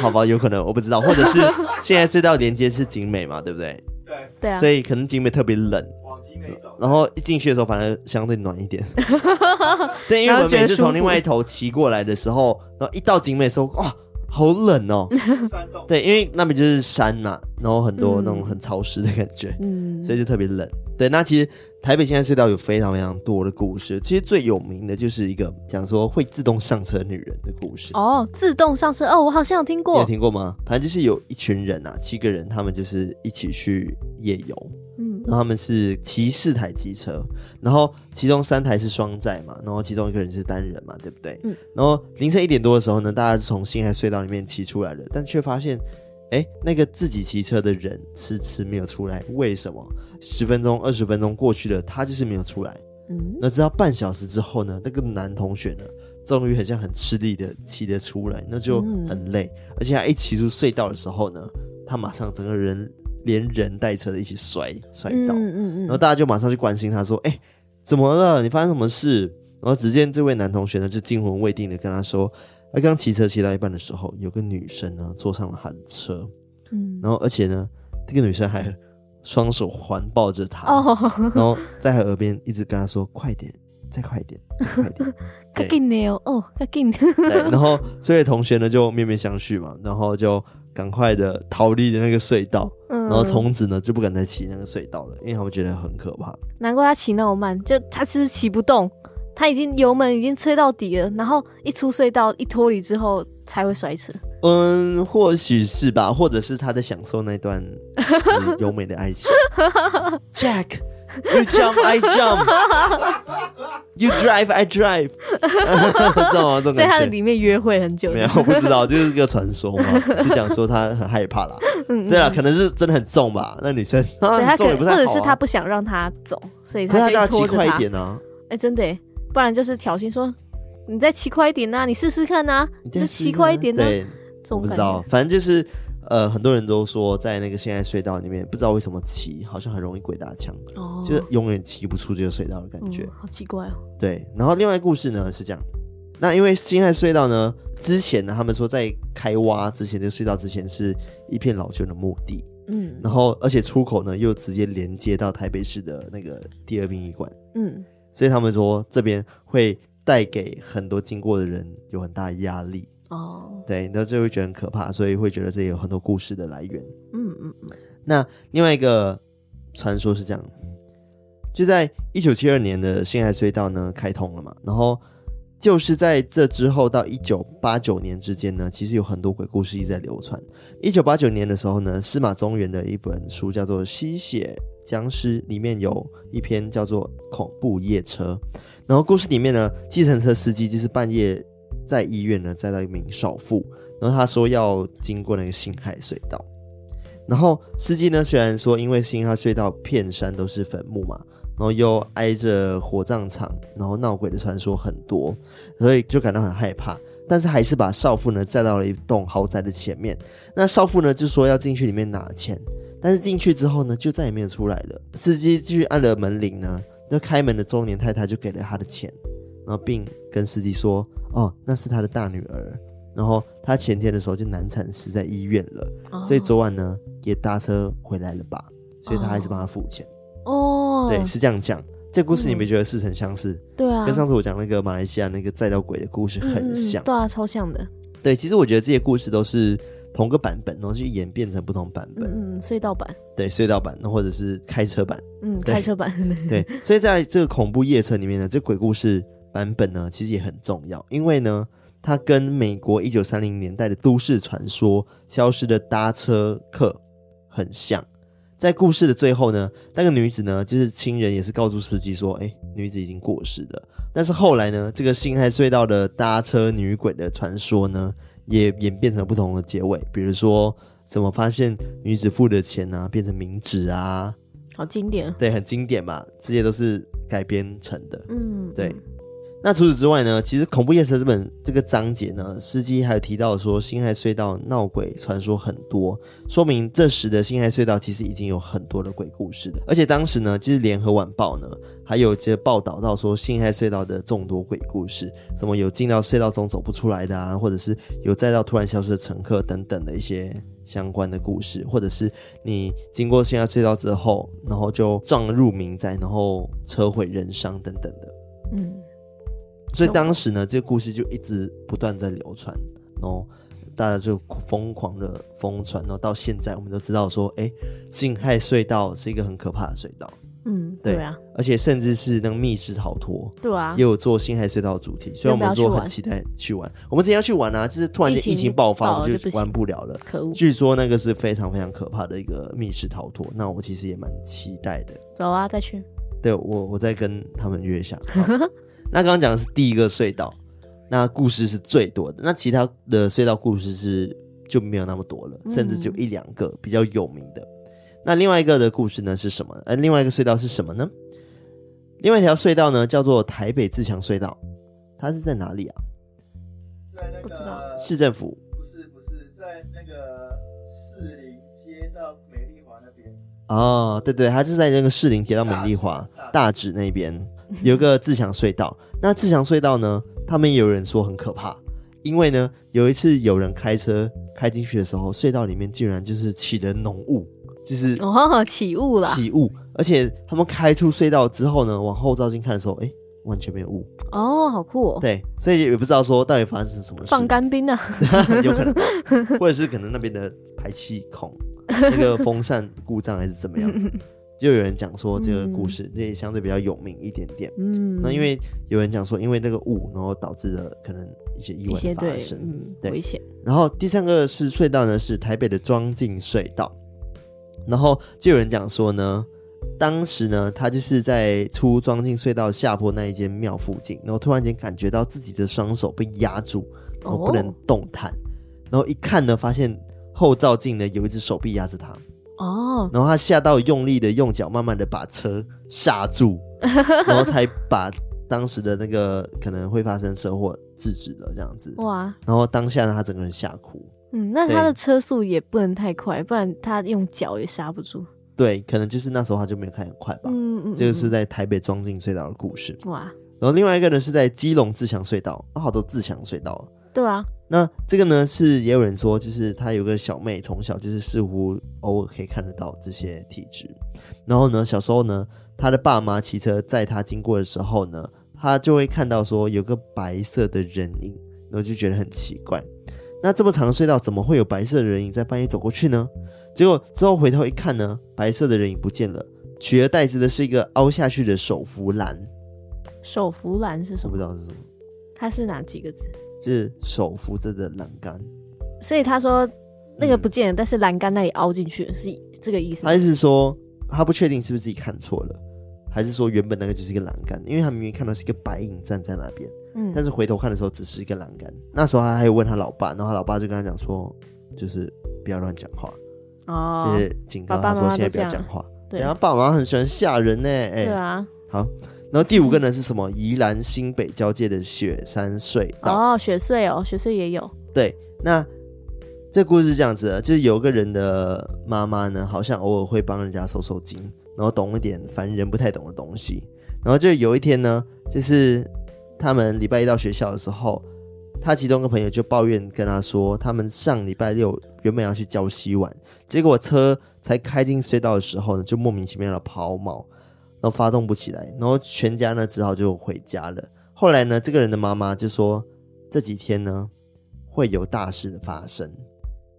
[SPEAKER 1] 好吧，有可能我不知道，或 者是现在隧道连接是景美嘛，对不对？
[SPEAKER 3] 对，
[SPEAKER 2] 对啊
[SPEAKER 1] 所，以可能景美特别冷，
[SPEAKER 3] 往集美走。
[SPEAKER 1] 然后一进去的时候反而相对暖一 点。对，因为
[SPEAKER 2] 然
[SPEAKER 1] 我
[SPEAKER 2] 后
[SPEAKER 1] 们
[SPEAKER 2] 觉得
[SPEAKER 1] 每次
[SPEAKER 2] 舒服
[SPEAKER 1] 从另外一头骑过来的时候，然后一到景美的时候，哇，好冷哦。
[SPEAKER 3] 山洞，
[SPEAKER 1] 对，因为那边就是山嘛，然后很多
[SPEAKER 2] 嗯
[SPEAKER 1] 那种很潮湿的感觉。
[SPEAKER 2] 嗯，
[SPEAKER 1] 所以就特别冷。对，那其实台北现在隧道有非常非常多的故事，其实最有名的就是一个讲说会自动上车女人的故事。
[SPEAKER 2] 哦，自动上车，哦，我好像有听
[SPEAKER 1] 你有
[SPEAKER 2] 过，
[SPEAKER 1] 听过吗？反正就是有一群人啊，七个人，他们就是一起去夜游，
[SPEAKER 2] 嗯
[SPEAKER 1] 然后他们是骑四台机车，然后其中三台是双载嘛，然后其中一个人是单人嘛，对不对？
[SPEAKER 2] 嗯。
[SPEAKER 1] 然后凌晨一点多的时候呢，大家是从新海隧道里面骑出来了，但却发现，哎，那个自己骑车的人迟迟没有出来，为什么？十分钟、二十分钟过去了，他就是没有出来。
[SPEAKER 2] 嗯，
[SPEAKER 1] 那直到半小时之后呢，那个男同学呢，终于很像很吃力的骑得出来，那就
[SPEAKER 2] 嗯
[SPEAKER 1] 很累，而且他一骑出隧道的时候呢，他马上整个人连人带车的一起摔摔
[SPEAKER 2] 嗯
[SPEAKER 1] 倒，
[SPEAKER 2] 嗯
[SPEAKER 1] 然后大家就马上去关心他说：“哎、怎么了？你发生什么事？”然后只见这位男同学呢，就惊魂未定的跟他说：“他刚骑车骑到一半的时候，有个女生呢坐上了他的车，
[SPEAKER 4] 嗯，
[SPEAKER 1] 然后而且呢，这个女生还双手环抱着他，
[SPEAKER 2] 哦，
[SPEAKER 1] 然后在他耳边一直跟他说：快点，再快点，再快 点。
[SPEAKER 2] 较
[SPEAKER 1] 对
[SPEAKER 2] 紧的哦，哦，较紧。
[SPEAKER 1] 对，然后这位同学呢就面面相觑嘛，然后就赶快的逃离了那个隧道，
[SPEAKER 2] 嗯，
[SPEAKER 1] 然后从此呢就不敢再骑那个隧道了，因为他们觉得很可怕。
[SPEAKER 2] 难怪他骑那么慢，就他是不是骑不动？他已经油门已经吹到底了，然后一出隧道一脱离之后才会摔车。
[SPEAKER 1] 嗯，或许是吧，或者是他在享受那段嗯优美的爱 情。Jack，you jump, I jump. You drive, I drive. 知道吗？这种
[SPEAKER 2] 所以他
[SPEAKER 1] 感
[SPEAKER 2] 在
[SPEAKER 1] 觉。
[SPEAKER 2] 里面约会很久。
[SPEAKER 1] 没有，我不知道，就是一个传说嘛，就讲说他很害怕啦。
[SPEAKER 2] 嗯，嗯
[SPEAKER 1] 对啊，，可能是真的很重吧。那女生，啊
[SPEAKER 2] 对
[SPEAKER 1] 很
[SPEAKER 2] 他可
[SPEAKER 1] 重也
[SPEAKER 2] 能
[SPEAKER 1] 不
[SPEAKER 2] 或
[SPEAKER 1] 太好、啊。
[SPEAKER 2] 者是他，不想让他走，所以
[SPEAKER 1] 可是他
[SPEAKER 2] 他就
[SPEAKER 1] 叫他
[SPEAKER 2] 一直
[SPEAKER 1] 骑
[SPEAKER 2] 拖着
[SPEAKER 1] 快一
[SPEAKER 2] 他。
[SPEAKER 1] 点啊。
[SPEAKER 2] 哎，真的耶，不然就是挑衅说你再骑快一点呐、啊你试试看呐、
[SPEAKER 1] 你
[SPEAKER 2] 就
[SPEAKER 1] 再试
[SPEAKER 2] 骑
[SPEAKER 1] 试
[SPEAKER 2] 快
[SPEAKER 1] 看啊
[SPEAKER 2] 一点呐、啊
[SPEAKER 1] 对，
[SPEAKER 2] 这
[SPEAKER 1] 我
[SPEAKER 2] 种
[SPEAKER 1] 不知
[SPEAKER 2] 感
[SPEAKER 1] 道
[SPEAKER 2] 觉。，
[SPEAKER 1] 反正就是呃，很多人都说在那个现在隧道里面，不知道为什么骑好像很容易鬼打墙，
[SPEAKER 2] 哦
[SPEAKER 1] 就是永远骑不出这个隧道的感觉。
[SPEAKER 2] 嗯好奇怪哦。
[SPEAKER 1] 对，然后另外一个故事呢是这样，那因为辛亥隧道呢，之前呢他们说在开挖之前，这个隧道之前是一片老旧的墓地，
[SPEAKER 2] 嗯
[SPEAKER 1] 然后而且出口呢又直接连接到台北市的那个第二殡仪馆，
[SPEAKER 2] 嗯，
[SPEAKER 1] 所以他们说这边会带给很多经过的人有很大的压力，
[SPEAKER 2] 哦，
[SPEAKER 1] 对，那就会觉得很可怕，所以会觉得这里有很多故事的来源。
[SPEAKER 2] 嗯嗯嗯，
[SPEAKER 1] 那另外一个传说是这样，就在一九七二年的辛亥隧道呢开通了嘛，然后就是在这之后到一九八九年之间呢，其实有很多鬼故事一直在流传。一九八九年的时候呢，司马中原的一本书叫做《吸血僵尸》，里面有一篇叫做《恐怖夜车》，然后故事里面呢，计程车司机就是半夜在医院呢载到一名少妇，然后他说要经过那个辛亥隧道。然后司机呢，虽然说因为辛亥隧道片山都是坟墓嘛，然后又挨着火葬场，然后闹鬼的传说很多，所以就感到很害怕。但是还是把少妇呢载到了一栋豪宅的前面。那少妇呢就说要进去里面拿钱，但是进去之后呢就再也没有出来了。司机继续按了门铃呢，那开门的中年太太就给了他的钱，然后并跟司机说：“哦，那是他的大女儿。”然后他前天的时候就难产死在医院了。
[SPEAKER 2] 哦
[SPEAKER 1] 所以昨晚呢也搭车回来了吧，所以他还是帮他付钱。
[SPEAKER 2] 哦，
[SPEAKER 1] 对，是这样讲。这故事你没觉得似曾相识？
[SPEAKER 2] 对啊，
[SPEAKER 1] 跟上次我讲那个马来西亚那个载到鬼的故事
[SPEAKER 2] 嗯嗯
[SPEAKER 1] 很
[SPEAKER 2] 嗯
[SPEAKER 1] 像。
[SPEAKER 2] 对啊，超像的。
[SPEAKER 1] 对，其实我觉得这些故事都是同个版本，然后去演变成不同版本。
[SPEAKER 2] 嗯嗯，隧道版，
[SPEAKER 1] 对，隧道版，或者是开车版。
[SPEAKER 2] 嗯，
[SPEAKER 1] 对
[SPEAKER 2] 开车版，
[SPEAKER 1] 对，所以在这个恐怖夜车里面呢，这鬼故事版本呢，其实也很重要，因为呢，它跟美国一九三零年代的都市传说《消失的搭车客》很像。在故事的最后呢，那个女子呢，就是亲人也是告诉司机说，哎，女子已经过世了。但是后来呢，这个辛亥隧道的搭车女鬼的传说呢，也演变成不同的结尾，比如说怎么发现女子付的钱呢、变成冥纸啊，
[SPEAKER 2] 好经典。哦
[SPEAKER 1] 对，很经典嘛，这些都是改编成的。
[SPEAKER 2] 嗯，
[SPEAKER 1] 对那除此之外呢，其实《恐怖夜车》这本这个章节呢，司机还有提到说，辛亥隧道闹鬼传说很多，说明这时的辛亥隧道其实已经有很多的鬼故事的。而且当时呢，就是《联合晚报》呢，还有这报道到说，辛亥隧道的众多鬼故事，什么有进到隧道中走不出来的啊，或者是有载到突然消失的乘客等等的一些相关的故事，或者是你经过辛亥隧道之后，然后就撞入民宅，然后车毁人伤等等的。
[SPEAKER 2] 嗯，
[SPEAKER 1] 所以当时呢，这个故事就一直不断在流传，然后大家就疯狂的疯传，然后到现在我们都知道说，哎，辛亥隧道是一个很可怕的隧道，
[SPEAKER 2] 嗯，
[SPEAKER 1] 对
[SPEAKER 2] 对啊，
[SPEAKER 1] 而且甚至是那个密室逃脱。
[SPEAKER 2] 对啊
[SPEAKER 1] 也，有做辛亥隧道的主题，所以我们说很期待去玩。我们之前要去玩啊，就是突然间
[SPEAKER 2] 疫
[SPEAKER 1] 疫
[SPEAKER 2] 情
[SPEAKER 1] 情爆
[SPEAKER 2] 爆
[SPEAKER 1] 发，我
[SPEAKER 2] 了
[SPEAKER 1] 们
[SPEAKER 2] 就不
[SPEAKER 1] 就
[SPEAKER 2] 行
[SPEAKER 1] 玩不了了。
[SPEAKER 2] 可恶，
[SPEAKER 1] 据说那个是非常非常可怕的一个密室逃脱，那我其实也蛮期待的。
[SPEAKER 2] 走啊，再去。
[SPEAKER 1] 对我，我再跟他们约一下。好那刚刚讲的是第一个隧道，那故事是最多的。那其他的隧道故事是就没有那么多了，甚至只有一两个比较有名的。那另外一个的故事呢是什么？呃，另外一个隧道是什么呢？另外一条隧道呢叫做台北自强隧道，它是在哪里啊？
[SPEAKER 3] 在那
[SPEAKER 2] 不知道
[SPEAKER 3] 个
[SPEAKER 1] 市政府
[SPEAKER 3] 不是不是在那个士林街
[SPEAKER 1] 哦，对对，它是在那个士林铁道美丽华大直那边有一个自强隧 道。那自强隧道呢，他们也有人说很可怕，因为呢，有一次有人开车开进去的时候，隧道里面竟然就是起了浓雾，就是
[SPEAKER 2] 哦， 起雾啦，
[SPEAKER 1] 起雾，而且他们开出隧道之后呢，往后照镜看的时候，哎，完全没有雾。
[SPEAKER 2] 哦，好酷哦，
[SPEAKER 1] 对，所以也不知道说到底发生什么事，
[SPEAKER 2] 放干冰啊，
[SPEAKER 1] 有可能，或者是可能那边的排气 孔那个风扇故障还是怎么样，就有人讲说这个故事那也相对比较有名一点点。
[SPEAKER 2] 嗯，
[SPEAKER 1] 那因为有人讲说，因为那个雾，然后导致了可能一些意
[SPEAKER 2] 一
[SPEAKER 1] 外
[SPEAKER 2] 些
[SPEAKER 1] 的发
[SPEAKER 2] 对，
[SPEAKER 1] 生。
[SPEAKER 2] 嗯，
[SPEAKER 1] 对
[SPEAKER 2] 危险，
[SPEAKER 1] 然后第三个是隧道呢，是台北的庄敬隧道。然后就有人讲说呢，当时呢，他就是在出庄敬隧道下坡那一间庙附近，然后突然间感觉到自己的双手被压住，然
[SPEAKER 2] 哦
[SPEAKER 1] 后不能动弹。然后一看呢，发现后照镜呢有一只手臂压着他，
[SPEAKER 2] 哦，
[SPEAKER 1] 然后他吓到用力的用脚慢慢的把车刹住，然后 才把当时的那个可能会发生车祸制止了这样子。
[SPEAKER 2] 哇，
[SPEAKER 1] 然后当下呢，他整个人吓哭。
[SPEAKER 2] 嗯，那他
[SPEAKER 1] 嗯对
[SPEAKER 2] 的车速也不能太快，不然他用脚也刹不住，
[SPEAKER 1] 对，可能就是那时候他就没有开很快吧。
[SPEAKER 2] 嗯嗯，
[SPEAKER 1] 这个
[SPEAKER 2] 嗯
[SPEAKER 1] 是在台北庄敬隧道的故事，
[SPEAKER 2] 哇，
[SPEAKER 1] 然后另外一个呢是在基隆自强隧道，啊、好多自强隧道啊。
[SPEAKER 2] 对啊，
[SPEAKER 1] 那这个呢是也有人说，就是他有个小妹，从小就是似乎偶尔可以看得到这些体质。然后呢，小时候呢，他的爸妈骑车载他经过的时候呢，他就会看到说有个白色的人影，然后就觉得很奇怪。那这么长的隧道怎么会有白色的人影在半夜走过去呢？结果之后回头一看呢，白色的人影不见了，取而代之的是一个凹下去的手扶栏，
[SPEAKER 2] 手扶栏是
[SPEAKER 1] 我
[SPEAKER 2] 什
[SPEAKER 1] 不知？
[SPEAKER 2] 么
[SPEAKER 1] 道是什么，
[SPEAKER 2] 它是哪几个字？
[SPEAKER 1] 就是手扶着的栏杆。
[SPEAKER 2] 所以他说那个
[SPEAKER 1] 嗯啊
[SPEAKER 2] 不见了，但是栏杆那里凹进去了，是这个意思吗
[SPEAKER 1] 他意？思说他不确定是不是自己看错了，还是说原本那个就是一个栏杆，因为他明明看到是一个白影站在那边，
[SPEAKER 2] 嗯
[SPEAKER 1] 但是回头看的时候只是一个栏杆。那时候他还有问他老爸，然后他老爸就跟他讲说，就是不要乱讲话，
[SPEAKER 2] 哦
[SPEAKER 1] 就，是警告
[SPEAKER 2] 爸爸
[SPEAKER 1] 他
[SPEAKER 2] 妈
[SPEAKER 1] 说
[SPEAKER 2] 妈
[SPEAKER 1] 现在不要
[SPEAKER 2] 都这
[SPEAKER 1] 讲
[SPEAKER 2] 样
[SPEAKER 1] 话。
[SPEAKER 2] 对
[SPEAKER 1] 然后爸爸妈妈很喜欢吓人呢、哎、
[SPEAKER 2] 对啊，
[SPEAKER 1] 好。然后第五个呢是什么？宜兰新北交界的雪山隧道。
[SPEAKER 2] 哦，雪穗哦，雪穗也有，
[SPEAKER 1] 对，那这故事是这样子的，就是有个人的妈妈呢，好像偶尔会帮人家收收金，然后懂一点凡人不太懂的东西。然后就有一天呢，就是他们礼拜一到学校的时候，他其中一个朋友就抱怨跟他说，他们上礼拜六原本要去礁溪玩，结果车才开进隧道的时候呢，就莫名其妙的抛锚，然后发动不起来，然后全家呢只好就回家了。后来呢，这个人的妈妈就说，这几天呢会有大事的发生，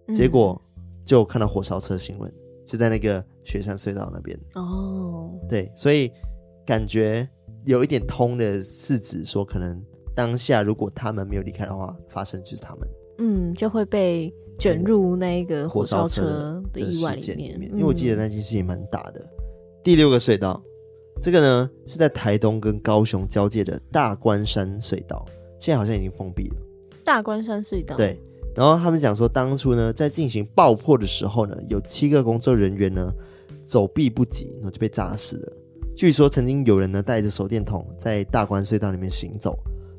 [SPEAKER 2] 嗯
[SPEAKER 1] 结果就看到火烧车新闻，就在那个雪山隧道那边。
[SPEAKER 2] 哦，
[SPEAKER 1] 对，所以感觉有一点通的是指说，可能当下如果他们没有离开的话，发生就是他们
[SPEAKER 2] 嗯，就会被卷入那个
[SPEAKER 1] 火
[SPEAKER 2] 火
[SPEAKER 1] 烧
[SPEAKER 2] 烧
[SPEAKER 1] 车
[SPEAKER 2] 车
[SPEAKER 1] 的
[SPEAKER 2] 的意外
[SPEAKER 1] 事
[SPEAKER 2] 里
[SPEAKER 1] 件
[SPEAKER 2] 面，嗯
[SPEAKER 1] 因为我记得那件事也蛮大的。第六个隧道，这个呢是在台东跟高雄交界的大关山隧道，现在好像已经封闭了。
[SPEAKER 2] 嗯大关山隧道，，
[SPEAKER 1] 对，然后他们讲说，当初呢在进行爆破的时候呢，有七个工作人员呢走避不及，然后就被炸死了。据说曾经有人呢带着手电筒在大关隧道里面行走，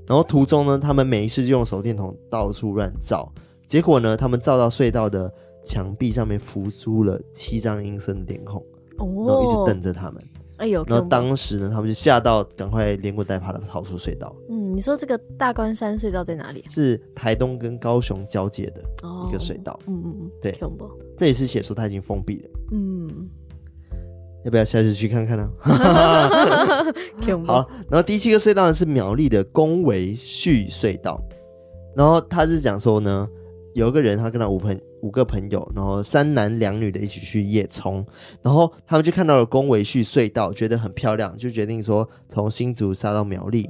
[SPEAKER 1] 然后途中呢，他们没事就用手电筒到处乱照，结果呢，他们照到隧道的墙壁上面浮出了七张阴森的脸孔，然后一直
[SPEAKER 2] 哦，
[SPEAKER 1] 瞪着他们。
[SPEAKER 2] 哎
[SPEAKER 1] 然
[SPEAKER 2] 呦，可
[SPEAKER 1] 后
[SPEAKER 2] 不
[SPEAKER 1] 当时呢，他们就吓到，赶快连滚带爬的逃出隧道，
[SPEAKER 2] 嗯，你说这个大关山隧道在哪里啊？
[SPEAKER 1] 是台东跟高雄交界的
[SPEAKER 2] 哦
[SPEAKER 1] 一个隧，道。
[SPEAKER 2] 嗯嗯嗯，
[SPEAKER 1] 对
[SPEAKER 2] 恐怖，
[SPEAKER 1] 这也是写说它已经封闭了，
[SPEAKER 2] 嗯，
[SPEAKER 1] 要不要下次去看看呢、
[SPEAKER 2] 恐怖，
[SPEAKER 1] 好，然后第七个隧道呢是苗栗的宫维旭隧道，然后他是讲说呢，有一个人他跟他五朋五个朋友，然后三男两女的一起去夜冲，然后他们就看到了宫维旭隧道，觉得很漂亮，就决定说从新竹杀到苗栗。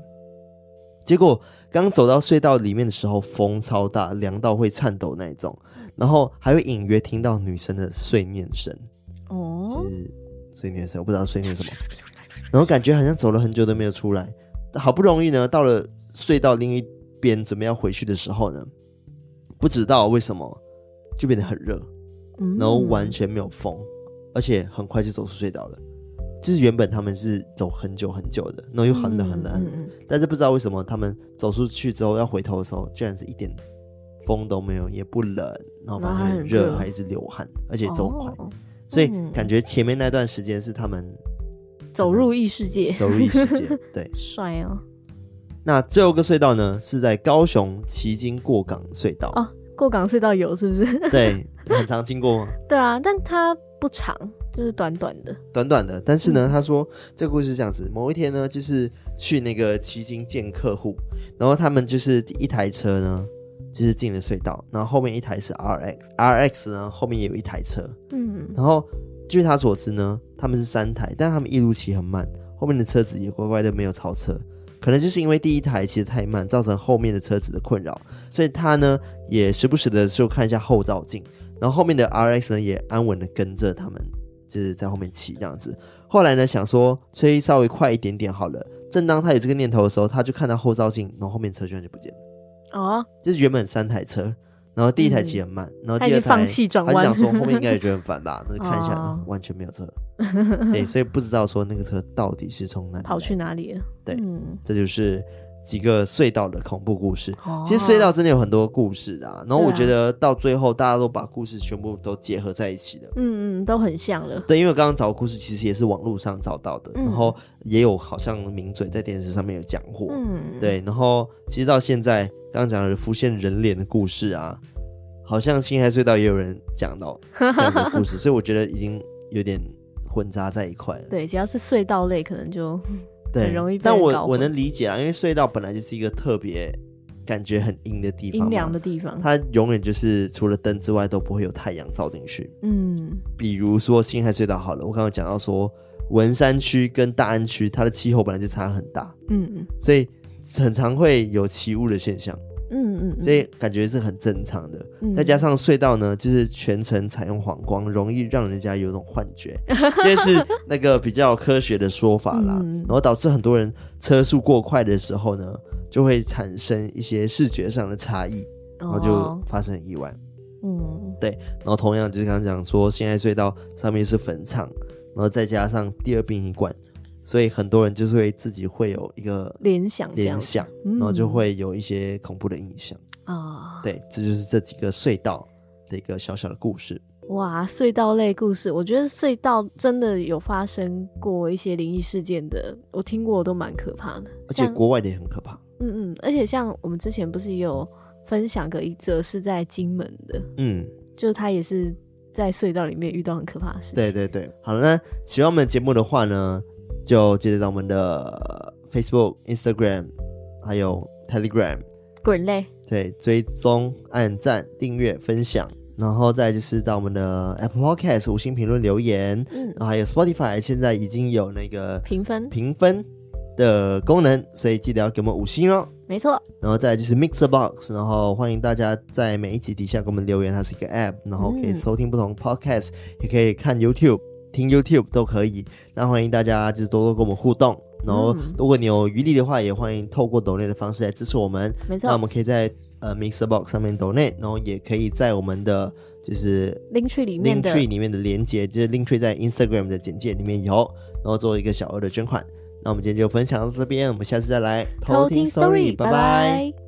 [SPEAKER 1] 结果刚走到隧道里面的时候，风超大，凉到会颤抖那一种，然后还会隐约听到女生的碎念声。
[SPEAKER 2] 哦，
[SPEAKER 1] 是碎念声，我不知道碎念什么，然后感觉好像走了很久都没有出来，好不容易呢到了隧道另一边，准备要回去的时候呢，不知道为什么就变得很热，
[SPEAKER 2] 嗯
[SPEAKER 1] 然后完全没有风，而且很快就走出隧道了。就是原本他们是走很久很久的，然后又很冷很冷很冷，
[SPEAKER 2] 嗯嗯
[SPEAKER 1] 但是不知道为什么他们走出去之后要回头的时候，居然是一点风都没有，也不冷，然后反
[SPEAKER 2] 然
[SPEAKER 1] 正
[SPEAKER 2] 后还
[SPEAKER 1] 很
[SPEAKER 2] 很
[SPEAKER 1] 热，
[SPEAKER 2] 热
[SPEAKER 1] 还一直流汗，而且走很快。
[SPEAKER 2] 哦
[SPEAKER 1] 然所以
[SPEAKER 2] 嗯
[SPEAKER 1] 感觉前面那段时间是他们
[SPEAKER 2] 走入异世界，
[SPEAKER 1] 走入异世 界。对，
[SPEAKER 2] 帅哦！
[SPEAKER 1] 那最后一个隧道呢，是在高雄旗津过港隧道。
[SPEAKER 2] 哦，过港隧道有是不是？
[SPEAKER 1] 对，很常经过吗？
[SPEAKER 2] 对啊，但它不长，就是短短的。
[SPEAKER 1] 短短的，但是
[SPEAKER 2] 嗯
[SPEAKER 1] 呢，他说这个故事是这样子：某一天呢，就是去那个旗津见客户，然后他们就是一台车呢，就是进了隧道，然后后面一台是 RX，RX 呢后面也有一台车，
[SPEAKER 2] 嗯，
[SPEAKER 1] 然后据他所知呢，他们是三台，但他们一路骑很慢，后面的车子也乖乖的没有超车，可能就是因为第一台骑得太慢，造成后面的车子的困扰，所以他呢也时不时的就看一下后照镜，然后后面的 RX 呢也安稳的跟着他们，就是在后面骑这样子。后来呢想说吹稍微快一点点好了，正当他有这个念头的时候，他就看到后照镜，然后后面车居然就不见了，
[SPEAKER 2] 哦，
[SPEAKER 1] 就是原本三台车。然后第一台骑很慢，然后
[SPEAKER 2] 嗯他
[SPEAKER 1] 第
[SPEAKER 2] 已
[SPEAKER 1] 二
[SPEAKER 2] 经
[SPEAKER 1] 台
[SPEAKER 2] 放弃转
[SPEAKER 1] 他就
[SPEAKER 2] 弯
[SPEAKER 1] 想，说后面应该也觉得很烦吧，那就看一下，嗯
[SPEAKER 2] 哦
[SPEAKER 1] 完全没有车，对，所以不知道说那个车到底是从哪里
[SPEAKER 2] 跑
[SPEAKER 1] 来。
[SPEAKER 2] 去哪里了？
[SPEAKER 1] 对
[SPEAKER 2] 嗯，
[SPEAKER 1] 这就是几个隧道的恐怖故事。
[SPEAKER 2] 哦
[SPEAKER 1] 其实隧道真的有很多故事的啊，然后
[SPEAKER 2] 对啊
[SPEAKER 1] 我觉得到最后大家都把故事全部都结合在一起的。
[SPEAKER 2] 嗯嗯，都很像了。
[SPEAKER 1] 对，因为我刚刚找的故事其实也是网络上找到的，
[SPEAKER 2] 嗯
[SPEAKER 1] 然后也有好像名嘴在电视上面有讲过，
[SPEAKER 2] 嗯，，
[SPEAKER 1] 对，然后其实到现在刚刚讲的浮现人脸的故事啊，好像青海隧道也有人讲到这样的故 事，所以我觉得已经有点混杂在一块了。
[SPEAKER 2] 对，只要是隧道类，可能就
[SPEAKER 1] 对，
[SPEAKER 2] 很容易被
[SPEAKER 1] 但
[SPEAKER 2] 人
[SPEAKER 1] 我
[SPEAKER 2] 搞
[SPEAKER 1] 我
[SPEAKER 2] 混
[SPEAKER 1] 能理解啊，因为隧道本来就是一个特别感觉很阴的地方
[SPEAKER 2] 阴凉
[SPEAKER 1] 嘛，
[SPEAKER 2] 的地方。
[SPEAKER 1] 它永远就是除了灯之外都不会有太阳照进去。
[SPEAKER 2] 嗯，
[SPEAKER 1] 比如说青海隧道好了，我刚刚讲到说文山区跟大安区它的气候本来就差很大，
[SPEAKER 2] 嗯
[SPEAKER 1] 所以很常会有起雾的现象。
[SPEAKER 2] 嗯嗯嗯，
[SPEAKER 1] 所以感觉是很正常的。
[SPEAKER 2] 嗯
[SPEAKER 1] 再加上隧道呢，就是全程采用黄光，容易让人家有种幻觉，这 是那个比较科学的说法啦。
[SPEAKER 2] 嗯
[SPEAKER 1] 然后导致很多人车速过快的时候呢，就会产生一些视觉上的差异，然后就
[SPEAKER 2] 哦
[SPEAKER 1] 发生意外。
[SPEAKER 2] 嗯
[SPEAKER 1] 然后同样就是刚刚讲说，现在隧道上面是坟场，然后再加上第二殡仪馆，所以很多人就是会自己会有一个
[SPEAKER 2] 联想这样
[SPEAKER 1] 联
[SPEAKER 2] 子嗯
[SPEAKER 1] 想，然后就会有一些恐怖的印象。
[SPEAKER 2] 啊，
[SPEAKER 1] 对，这就是这几个隧道的一个小小的故事。
[SPEAKER 2] 哇，隧道类故事，我觉得隧道真的有发生过一些灵异事件的，我听过都蛮可怕的。
[SPEAKER 1] 而且
[SPEAKER 2] 像
[SPEAKER 1] 国外的也很可怕。
[SPEAKER 2] 嗯嗯，而且像我们之前不是也有分享过一则是在金门的，
[SPEAKER 1] 嗯，
[SPEAKER 2] 就是他也是在隧道里面遇到很可怕的事情。
[SPEAKER 1] 对对对。好了，那喜欢我们的节目的话呢，就记得到我们的呃 Facebook、Instagram 还有 Telegram，
[SPEAKER 2] 滚嘞！
[SPEAKER 1] 对，追踪、按赞、订阅、分享。然后再就是到我们的 Apple Podcast 五星评论留言，
[SPEAKER 2] 嗯
[SPEAKER 1] 然，后还有 Spotify 现在已经有那个
[SPEAKER 2] 评分
[SPEAKER 1] 评分的功能，所以记得要给我们五星哦。
[SPEAKER 2] 没错，
[SPEAKER 1] 然后再来就是 Mixer Box，然后欢迎大家在每一集底下给我们留言，它是一个 App，然后可以
[SPEAKER 2] 嗯
[SPEAKER 1] 收听不同 Podcast，、也可以看 YouTube、听 YouTube 都可以。那欢迎大家就是多多跟我们互动。然后
[SPEAKER 2] 嗯，
[SPEAKER 1] 如果你有余力的话，也欢迎透过抖内的方式来支持我们。
[SPEAKER 2] 没
[SPEAKER 1] 那我
[SPEAKER 2] 错。
[SPEAKER 1] 们可以在呃 Mixer Box 上面抖内，然后也可以在我们的就是
[SPEAKER 2] 零区里面
[SPEAKER 1] Link
[SPEAKER 2] 的
[SPEAKER 1] Tree 里面的连接，就是 Link Tree 在 Instagram 的简介里面有，然后做一个小额的捐款。那我们今天就分享到这边，我们下次再来
[SPEAKER 2] 偷听 story，
[SPEAKER 1] 拜
[SPEAKER 2] 拜拜